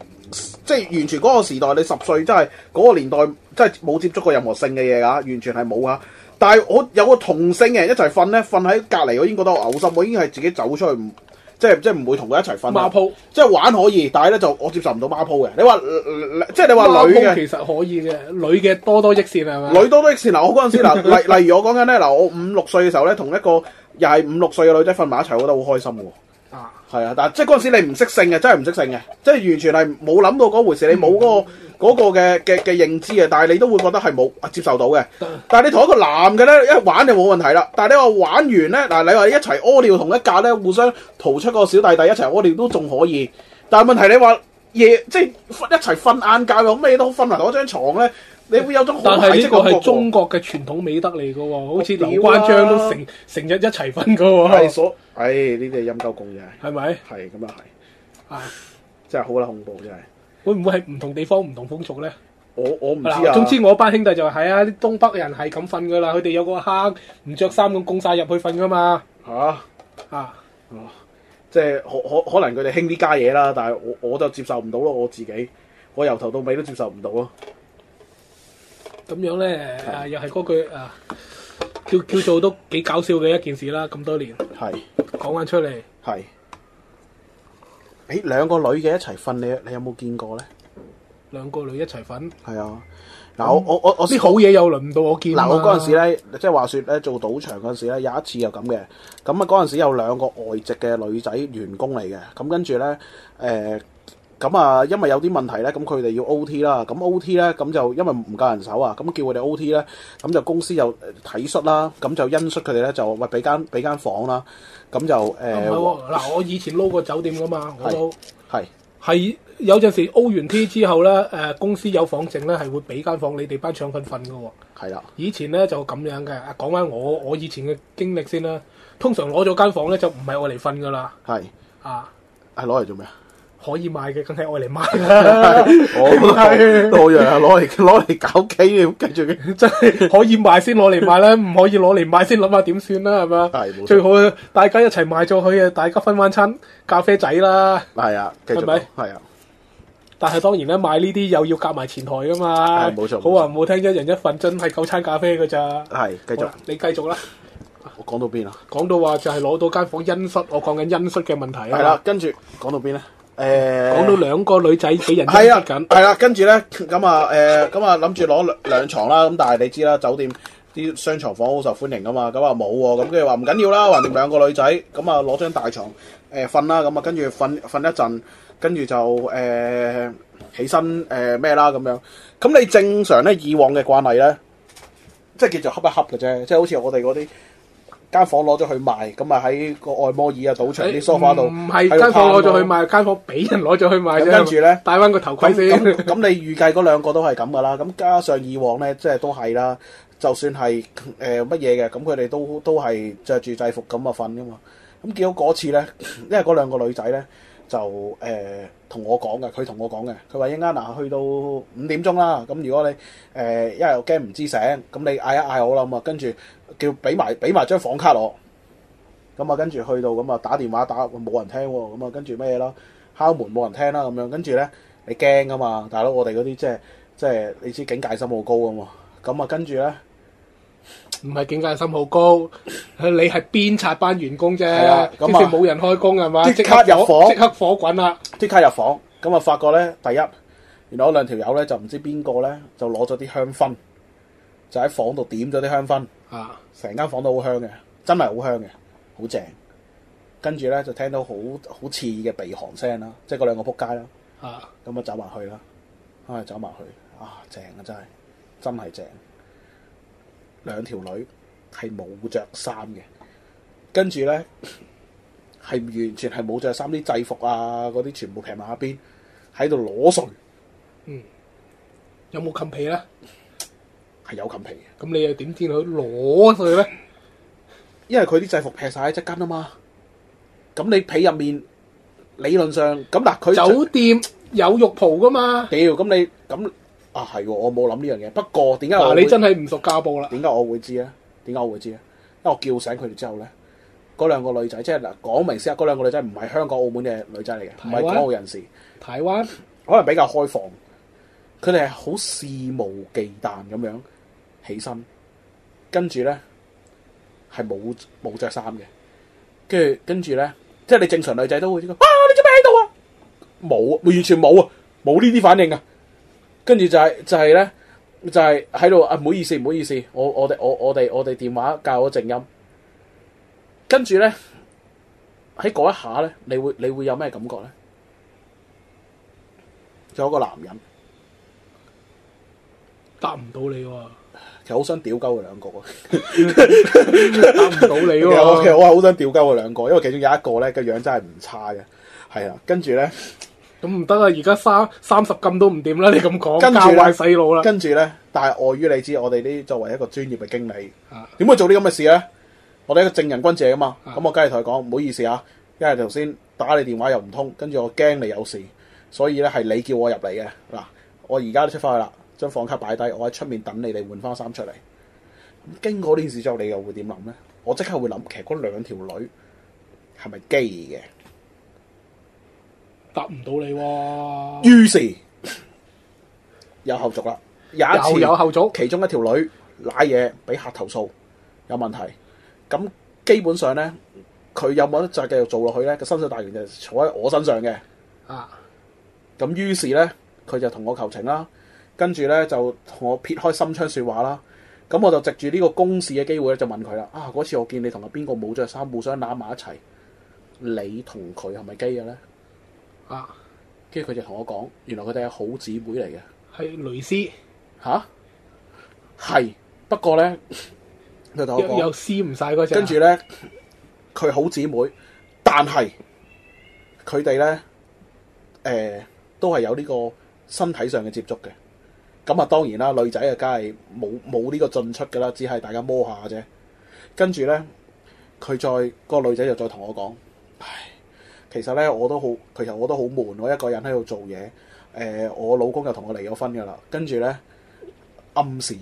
即係完全嗰個時代，你十歲真係嗰個年代，真係冇接觸過任何性嘅嘢㗎，完全係冇啊！但係我有個同性嘅人一齊瞓咧，瞓喺隔離，我已經覺得好嘔心，我已經係自己走出去，唔即係即係唔會同佢一齊瞓啦。啊
孖鋪
即係玩可以，但係咧就我接受唔到孖鋪嘅。你話呃即係你話女
孖鋪
嘅
其實可以嘅，女嘅多多益善係咪？
女多多益善嗱，我嗰陣時 嗱，例例如我講緊咧嗱，我五六歲嘅時候咧，同一個又係五六歲嘅女仔瞓埋一齊，我覺得好開心喎。
啊
係啊，但係即係嗰陣時你唔識性嘅，真係唔識性嘅，即係完全係冇諗到嗰回
嗯
事，你冇嗰、個嗰、個嘅嘅嘅認知嘅，但係你都會覺得係冇啊接受到嘅。但係你同一個男嘅咧一玩就冇問題啦，但係你話玩完咧嗱，你話一齊屙尿同一格咧，互相逃出個小弟弟一齊屙尿都仲可以，但係問題你話夜即係一齊瞓晏覺咁咩都瞓埋同一張床咧，你會有種好
但係
排
呢
斥
個
嘅感覺
係
喎
中國嘅傳統美德嚟嘅喎，好似
屌啊
劉關張都成成日一齊瞓嘅
係
喎，
所，啊唉呢啲係陰鳩共嘅，
係咪？
係咁啊係，
啊，
真係好啦恐怖真係，
會唔會係唔同地方唔同風俗咧？
我我唔知
嗱，
啊。
總之我班兄弟就話係啊，啲東北人係咁瞓噶啦，佢哋有個坑唔着衫咁供晒入去瞓噶嘛，
嚇、
啊，
即係可可可能佢哋興呢家嘢啦，但係我我就接受唔到咯，我自己我由頭到尾都接受唔到咯。
咁樣咧，啊，又係嗰句啊，叫叫做都幾搞笑嘅一件事啦，咁多年
係
講翻出嚟，
係。誒兩個女嘅一齊瞓，你你有冇見過咧？
兩個女一齊瞓，
係啊，嗱我我我我
啲好嘢又輪唔到我見啊
嗱
嘛。
我嗰陣時咧，即係話説咧做賭場嗰陣時咧，有一次又咁嘅。咁啊嗰陣時有兩個外籍嘅女仔員工嚟嘅，咁跟住咧誒。咁啊，因為有啲問題咧，咁佢哋要 O T 啦，咁 O T 咧，咁就因為唔夠人手啊，咁叫佢哋 O T 咧，咁就公司又呃體恤啦，咁就恩恤佢哋咧，就喂俾間俾間房啦，咁就誒
啊唔係喎，嗱我以前撈過酒店噶嘛，我都
係
係有陣時 O 完 T 之後咧，誒公司有房剩咧係會俾間房你哋班搶瞓瞓噶喎。
係啦，
以前咧就咁樣嘅，啊講翻我我以前嘅經歷先啦。通常攞咗間房咧就唔係愛嚟瞓噶啦，
係
啊
係攞嚟做咩啊？
可以賣嘅梗係愛嚟賣啦，
我都一樣啊，攞嚟攞嚟搞基要跟住佢
真係可以賣先攞嚟賣啦，唔可以攞嚟賣先諗下點算啦，
係
係
冇
咪
錯
最好啊大家一齊賣咗佢啊，大家分翻餐咖啡仔啦。
係啊，繼續
係咪
講係啊，
但係當然咧，買呢啲又要夾埋前台噶嘛。
係冇錯
好話唔好聽，一人一份真係夠餐咖啡㗎咋。
係繼
好
續
啦，你繼續啦。
我講到邊啊？
講到話就係攞到間房恩恤，我講緊恩恤嘅問題啊。
係啦，，跟住講到邊咧？誒，
講到兩個女仔俾人恩
係啊
恤，緊。
係啦，跟住咧，咁啊，誒，咁啊，諗住攞兩兩床啦，咁但係你知啦，酒店啲雙床房好受歡迎噶嘛，咁啊冇喎，咁跟住話唔緊要啦，橫掂兩個女仔，咁啊攞張大床誒瞓啦，咁啊跟住瞓瞓一陣，跟住就誒、起身誒咩啦咁樣，咁你正常咧以往嘅慣例咧，即係叫做恰一恰嘅啫，即係好似我哋嗰啲。間房攞咗去賣，咁啊喺個按摩椅啊、賭場啲 sofa 度，
唔係
喺度
間房
攤
攞咗去
咯
賣，間房俾人攞咗去賣
咁
啫。
跟住呢
戴翻個頭盔
咁
先。
咁咁，你預計嗰兩個都係咁噶啦。咁加上以往咧，即係都係啦。就算係誒乜嘢嘅，咁佢哋都都係着住制服咁啊瞓噶嘛。咁見到嗰次咧， 因為嗰兩個女仔咧就誒同、我講嘅，佢同我講嘅，佢話一陣間嗱去到五點鐘啦。咁如果你誒、呃因為我驚唔知醒，咁你嗌一嗌我啦嘛，跟住叫俾埋俾埋張房卡我。咁啊，跟住去到咁啊，打電話打冇人聽喎，咁啊，跟住咩啦？敲門冇人聽啦，咁樣跟住咧，你驚噶嘛，大佬，我哋嗰啲即係即係你知警戒心好高噶嘛，咁啊，跟住咧，
唔係警戒心好高，你係鞭策班員工啫
係啊。咁
即
啊
使冇人開工係嘛，
即刻入
火
房
即刻火滾啊啦。
即刻入房，咁啊，發覺咧，第一，原來我兩條友咧就唔知邊個咧就攞咗啲香薰，就喺房度點咗啲香薰，
啊！
成間房都好香嘅，真係好香嘅，好正。跟住咧就聽到好好刺耳嘅鼻鼾聲啦，即係嗰兩個仆街啦。
啊！
咁啊走埋去啦，啊走埋去，啊正啊真係，真係正。兩條女係冇着衫嘅，跟住咧係完全係冇着衫，啲制服啊嗰啲全部平埋一邊，喺度裸睡
有冇冚被咧？
係有冚被嘅，
咁你又點知佢攞佢咧？
因為佢啲制服劈晒喺側跟啊嘛。咁你被入面理論上咁嗱，佢
酒店有浴袍噶嘛？
屌咁你咁啊係喎，我冇諗呢樣嘢。不過點解我
嗱，你
會
真係唔熟家暴啦！
點解我會知咧？點解我會知咧？因為我叫醒佢哋之後咧，嗰兩個女仔即係嗱講明先啊，嗰兩個女仔唔係香港、澳門嘅女仔嚟嘅，唔
台灣
係港澳人士，
台灣
可能比較開放。佢哋係好肆無忌憚咁樣起身，跟住咧係冇冇著衫嘅，跟住跟住咧，即係你正常女仔都會知道啊！你做咩喺度啊？冇啊，完全冇啊，冇呢啲反應啊！跟住就係、就係、咧，就係喺度啊！唔好意思，唔好意思，我我哋我我哋我哋電話教咗靜音，跟住咧喺嗰一下咧，你會你會有咩感覺咧？仲有一個男人，
答唔到你喎，
其實好想屌鳩佢兩個啊！
答唔到你
其實我其實
喎。
我 係好啊想屌鳩佢兩個，因為其中有一個咧個樣真係唔差嘅，係啊。跟住咧，
咁唔得啦，啊而家三三十禁都唔掂啦！你咁講，
跟
教
住呢
壞細路啦。
跟住咧，但係礙於你知，我哋呢作為一個專業嘅經理
啊，
點會做啲咁嘅事咧？我哋一個正人君子嚟噶嘛，
啊
咁我梗係同佢講唔好意思啊，因為頭先打你電話又唔通，跟住我驚你有事，所以咧係你叫我入嚟嘅嗱，我而家都出翻去啦，將房卡擺低，我喺出面等你哋換翻衫出嚟。咁經過呢件事之後，你又會點諗咧？我即刻會諗，其實嗰兩條女係咪基嘅？
答唔到你喎，
於是有後續啦，有一
又
次
有後組。
其中一條女舐嘢俾客投訴有問題，咁基本上咧佢有冇得再繼續做落去咧？個薪水大員就坐喺我身上嘅，
啊，
咁於是咧佢就同我求情啦，跟住咧就同我撇開心窗説話啦。咁我就藉住呢個公事嘅機會咧，就問佢啦：啊，嗰次我見你同阿邊個冇着衫，互相攬埋一齊，你同佢係咪基嘅咧？
啊，
跟住佢就同我講，原來佢哋係好姊妹嚟嘅。
係蕾絲，
吓，係不過咧，佢同我
又又
講，
撕唔晒嗰啊只。
跟住咧，佢好姊妹，但係佢哋咧，诶、都係有呢個身體上嘅接觸嘅。咁啊，當然啦，女仔啊，梗係冇冇呢個進出噶啦，只係大家摸下啫。跟住咧，佢再、個女仔就再同我講，唉，其實咧我都好，其實我都好悶，我一個人喺度做嘢。诶、我老公又同我離咗婚噶啦，跟住咧暗示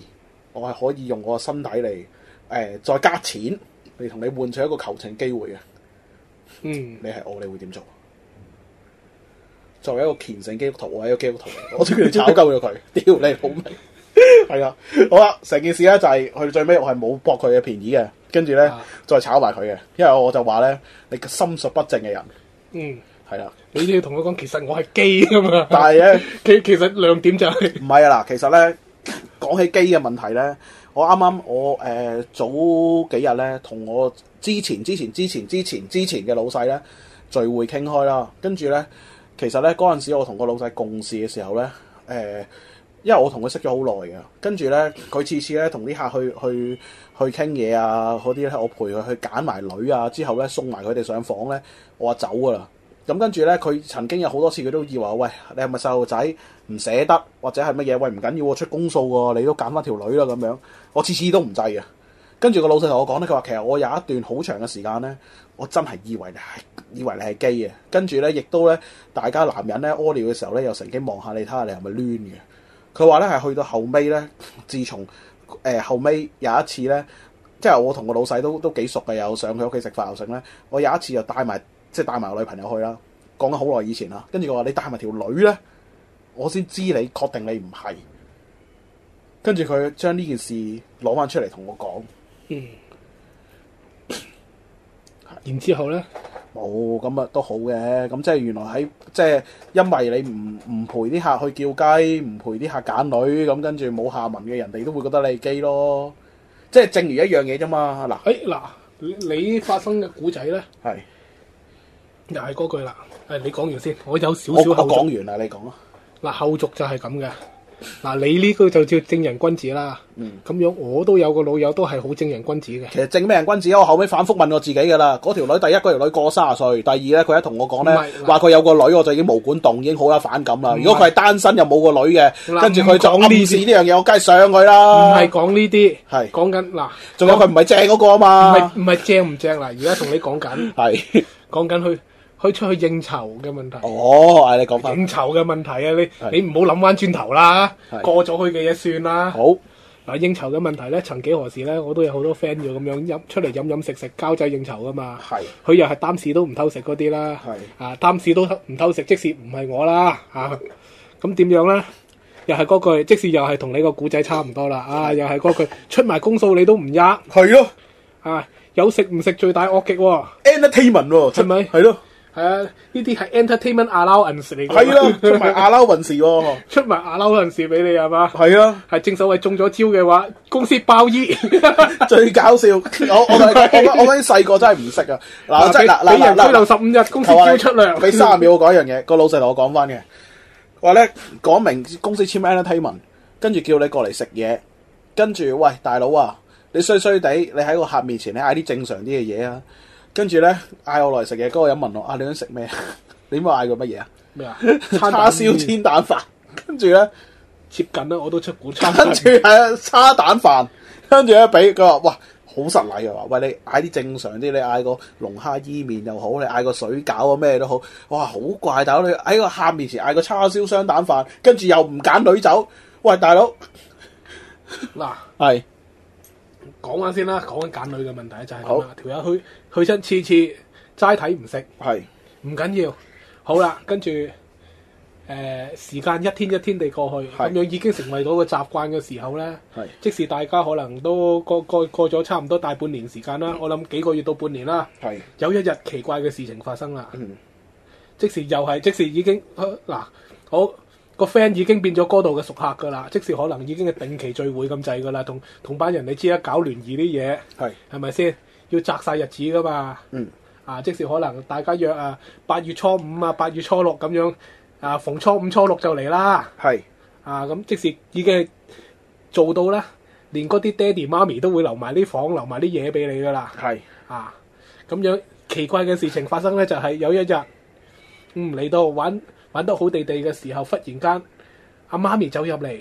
我係可以用我嘅身體嚟诶、誒再加錢嚟同你換取一個求情機會嘅。
嗯，
你係我，你會點做？作為一個虔誠基督徒，我係一個基督徒 嚟，我都叫你炒鳩咗佢，屌你好明。係啦，好啦，成件事咧就係、去到最尾，我係冇博佢嘅便宜嘅，跟住咧
啊
再炒埋佢嘅，因為我就話咧，你個心術不正嘅人
嗯，
係啦，
你都要同我講，其實我係基噶嘛。
但係咧。
其其實亮點就係
唔係啊嗱，其實咧講起機嘅問題咧，我啱啱我誒、呃早幾日咧同我之前之前之前之前之前嘅老細咧聚會傾開啦，跟住咧其實咧嗰陣時我同個老細共事嘅時候咧誒。呃因為我同佢識咗好耐嘅，跟住咧佢次次咧同啲客去去去傾嘢啊，嗰啲咧我陪佢去揀埋女啊，之後咧送埋佢哋上房咧，我話走噶啦。咁跟住咧，佢曾經有好多次佢都以為喂，你係咪呃細路仔唔捨得或者係乜嘢？喂唔緊要喎，出公數喎，你都揀翻條女啦咁樣。我次次都唔制嘅。跟住個老細同我講咧，佢話其實我有一段好長嘅時間咧，我真係以為你係以為你係基嘅。跟住咧，亦都咧，大家男人咧屙尿嘅時候咧，又乘機望下你睇下你係咪攣嘅。佢話咧係去到後尾咧，自從誒、呃、後尾有一次咧，即係我同個老細都都幾熟嘅，有上佢屋企食飯又剩咧。我有一次就帶埋即係帶埋我女朋友去啦，講緊好耐以前啦。跟住我話你帶埋條女咧，我先知你確定你唔係。跟住佢將呢件事攞翻出嚟同我講，
嗯。然之後咧，
冇咁啊都好嘅。咁即係原來喺即係因為你唔唔陪啲客去叫雞，唔陪啲客揀女，咁跟住冇下文嘅人哋都會覺得你係基咯。即係正如一樣嘢啫嘛。嗱，
誒哎嗱，你你發生嘅古仔咧，
係
又係嗰句啦。誒，你講完先，我有少
我
少
我
後續。
講完啦，你講啊。
嗱，後續就係咁嘅。嗱，你呢個就叫正人君子啦。
嗯
咁樣我都有個老友都係好正人君子嘅。
其實正咩人君子，我後尾反覆問我自己噶啦。嗰條女第一嗰條女過三十歲，第二咧佢一同我講咧
唔係嗱
話佢有個女，我就已經毛管動，已經好啦反感啦。
唔
如
係
果佢係單身又冇個女嘅，
嗱
跟住佢就
唔講呢啲
暗示呢樣嘢，我梗係上佢
唔
啦。
係講呢啲，
啊係
講緊嗱，
仲有佢唔係正嗰個啊
唔
嘛，
係唔係正唔正嗱？而家同你講緊，
係
講緊去去出去應酬嘅問題。
哦，係你講翻
應酬嘅問題啊！
係
你你唔好諗翻轉頭啦，
係哦
過咗去嘅嘢算啦。
好
嗱，應酬嘅問題咧，曾幾何時咧，我都有好多 friend 要咁樣飲出嚟飲飲食食交際應酬噶嘛。
係
佢又係擔屎都唔偷食嗰啲啦。
係
啊，擔屎都唔偷食，即使唔係我啦啊。咁點樣咧？又係嗰句，即使又係同你個古仔差唔多啦。啊，又係嗰句，出埋公數你都唔呃
係咯
啊，有食唔食最大惡極喎。
，entertainment 喎，出
係咪
係咯，
係啊，呢啲係 entertainment allowance 嚟㗎。
係啦， 出埋亞撈雲士喎，
出埋 allowance 俾你係嘛？
係啊。
係正所謂中咗招嘅話，公司包醫。
最搞笑，我我同你講我我嗰啲細個真係唔識啊！嗱，真係嗱
俾
嗱嗱
俾人拘
嗱
留十五日，公司
求下
招
你
出糧。
俾三十秒我講一樣嘢，個老細同我講翻嘅，話咧講明公司簽 entertainment，跟住叫你過嚟食嘢，跟住喂大佬啊，你衰衰地，你喺個客面前你嗌啲正常啲嘅嘢啊，跟住咧嗌我落嚟食嘢，嗰個人問我啊，你想食咩？ 你咪嗌佢乜嘢 啊？
咩啊？
叉燒煎蛋飯，跟住咧。
接近啦，我都出 股餐
跟住係叉蛋飯，跟住咧俾佢話：哇，好失禮啊！話喂，你嗌啲正常啲，你嗌個龍蝦伊麵又好，你嗌個水餃啊咩都好，哇，好怪大佬！你喺個客面前嗌個叉燒雙蛋飯，跟住又唔揀女酒，喂，大佬
嗱，
係
講翻先啦，講緊揀女嘅問題就係咁
好
啦。條友去去親次次齋睇唔食，
係
唔緊要。好啦，跟住誒、呃、時間一天一天地過去，
係
咁樣已經成為咗個習慣嘅時候咧。
係
即使大家可能都過過過咗差唔多大半年時間啦，
嗯
我諗幾個月到半年啦。
係
有一日奇怪嘅事情發生啦，
嗯
即使又係即使已經呃嗱，我個 friend 已經變咗嗰度嘅熟客噶啦，即使可能已經係定期聚會咁滯噶啦，同同班人你知啦，搞聯誼啲嘢
係
係咪先？要擲晒日子噶嘛，
嗯
啊，即使可能大家約啊八月初五啊八月初六咁樣啊，逢初五初六就嚟啦，
係
啊咁即使已經係做到啦，連嗰啲爹哋媽咪都會留埋啲房留埋啲嘢俾你噶啦。
係
啊，咁樣奇怪嘅事情發生咧，就係、有一日，嗯嚟到玩玩得好地地嘅時候，忽然間阿媽咪走入嚟，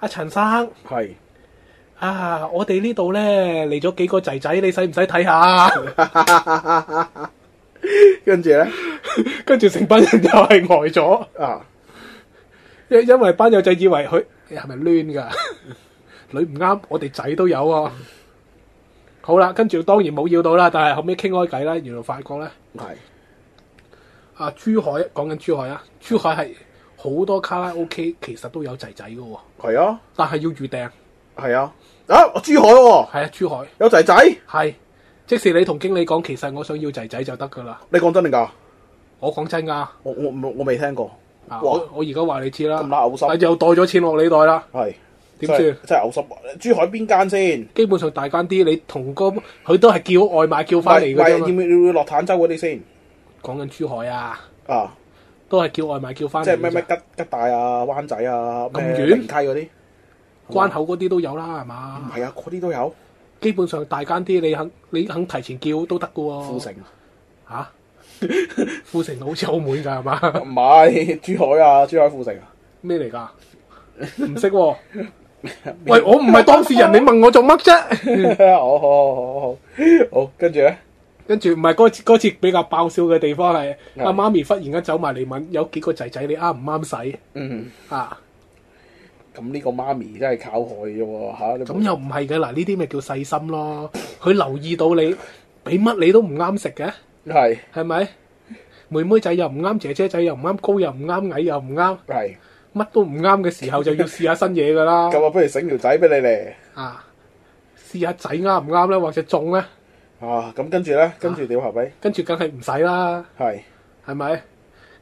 阿、陳生
係
啊，我哋呢度咧嚟咗幾個仔仔，你使唔使睇下？
係，跟住咧
跟住成班人又係呆咗，
啊
因因為班友仔以為佢你係咪攣噶？ 女唔啱，我哋仔都有啊。好啦，跟住當然冇要到啦，但係後尾傾開偈啦，原來發覺咧。
係
啊，珠海講緊珠海啊，珠海係好多卡拉 OK 其實都有仔仔嘅喎，
係啊
但係要預訂。
係啊啊！我珠海喎
係啊，珠海
有仔仔，
係，即使你同經理講，其實我想要仔仔就得㗎啦。
你講真定㗎？
我講真㗎，啊，
我我我我未聽過，哇
我我而家話你知啦，
咁乸嘔心
但又袋咗錢落你袋啦，
係。
點算？
真係嘔心！珠海邊間先？
基本上大間啲，你同個佢都係叫外賣叫翻嚟
唔係
㗎
要
啫嘛。
唔要要落坦洲嗰啲先？
講緊珠海啊，
啊，
都係叫外賣叫翻嚟
即
㗎咋。
係咩咩吉吉大啊、灣仔啊、
咁
咩
遠
靈溪嗰啲，
關口嗰啲都有啦，係
唔
嘛？
係啊，嗰啲都有。
基本上大間啲，你肯你肯提前叫都得㗎喎。
富城
吓？ 富城好似澳門㗎係 嘛？
唔係珠海啊，珠海富城啊，
咩 嚟㗎？唔識喎。喂，我唔係當事人，你問我做乜 啫？
好好好好好好，跟住咧，
跟住唔係嗰次嗰次比較爆笑嘅地方係
係
阿媽咪忽然間走埋嚟問有幾個仔仔你啱唔啱使
嗯，
啊？
咁呢個媽咪真係靠害嘅喎嚇，你
咁又唔係嘅嗱，呢啲咪叫細心咯。佢留意到你俾乜你都唔啱食嘅，
係
係咪？妹妹仔又唔啱，姐姐仔又唔啱，高又唔啱，矮又唔啱，
係
乜都唔啱嘅時候就要試下新嘢㗎啦。
咁啊，不如醒條仔俾你嚟
啊，試下仔啱唔啱咧，或者中咧，
啊！咁跟住咧，跟住啊屌後尾
跟住梗係唔使啦，
係，
係咪？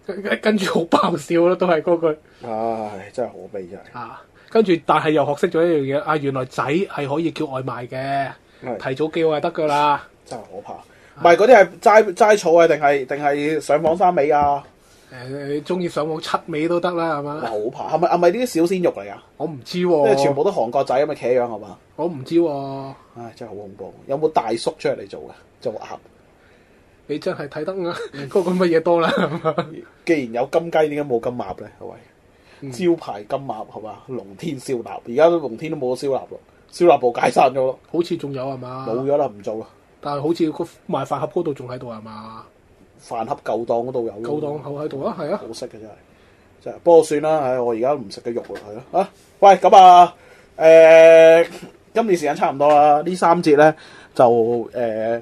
跟跟跟住好爆笑啦，都係嗰句
唉，真係可悲真係
啊。跟住，但係又學識咗一樣嘢啊，原來仔係可以叫外賣嘅，
係。
提早叫就得噶啦。
真係可怕。唔係嗰啲係齋齋草啊，定係定係上房山尾啊？
誒、誒你中意上網七尾都得啦，係
咪
嘛？
好怕？係咪係咪呢啲小鮮肉嚟㗎？
我唔知
即係全
喎，
部都韓國仔咁嘅茄樣係嘛？
我唔知喎，
唉，真係好恐怖！有冇大叔出嚟做㗎？做鴨？
你真係睇得啱 嗰個乜嘢多啦，係嘛？
既然有金雞，點解冇金鴨咧？係咪？
嗯
招牌金鴨係嘛？龍天燒臘，而家都龍天都冇咗燒臘咯，燒臘部解散咗咯，
好似仲有係嘛？
冇咗啦，唔做啦。
但係好似個賣飯盒嗰度仲喺度係嘛？
飯盒舊檔嗰度有咯。
舊檔口喺度啊，係啊，
好食嘅真係，真係。不過算啦，唉，我而家唔食嘅肉啦，係咯。啊，喂，咁啊，誒、今年時間差唔多啦，呢三節咧就誒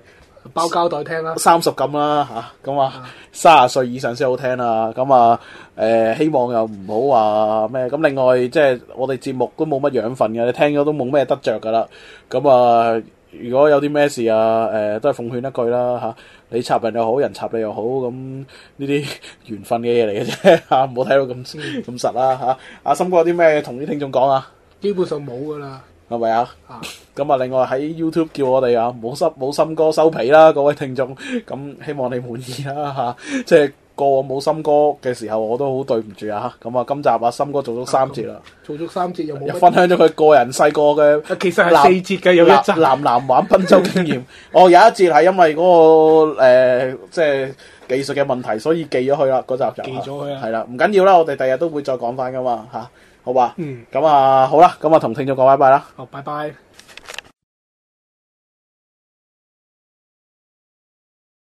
包膠袋聽啦，
三十咁啦嚇，咁啊三十歲以上先好聽啦，咁啊誒、希望又唔好話咩，咁另外即係我哋節目都冇乜養分嘅，你聽咗都冇咩得着噶啦，咁啊。如果有啲咩事啊，誒、都係奉勸一句啦嚇、你插人又好，人插你又好，咁呢啲 緣分嘅嘢嚟嘅啫嚇，唔好睇到咁咁實啦嚇。阿、森哥有啲咩同啲聽眾講啊？
基本上冇噶啦。
係咪啊？
啊，
咁啊，另外喺 YouTube 叫我哋啊，冇心冇心哥收皮啦，各位聽眾，咁希望你滿意啦嚇、即係過我冇心哥嘅時候，我都好對唔住啊。咁啊，今集啊，森哥做咗三節啦，
做足三節又冇
又
乜
分享咗佢個人細個嘅。
啊其實係四節嘅有一集
南。南南玩賓州經 驗，我有一節係因為嗰、個、呃、即係技術嘅問題，所以記咗佢啦嗰集就
記咗佢啦
係啦，唔緊要啦，我哋第日都會再講翻噶嘛嚇，好吧？
嗯，
咁啊好啦，咁啊同聽眾講拜拜啦。
好，拜拜。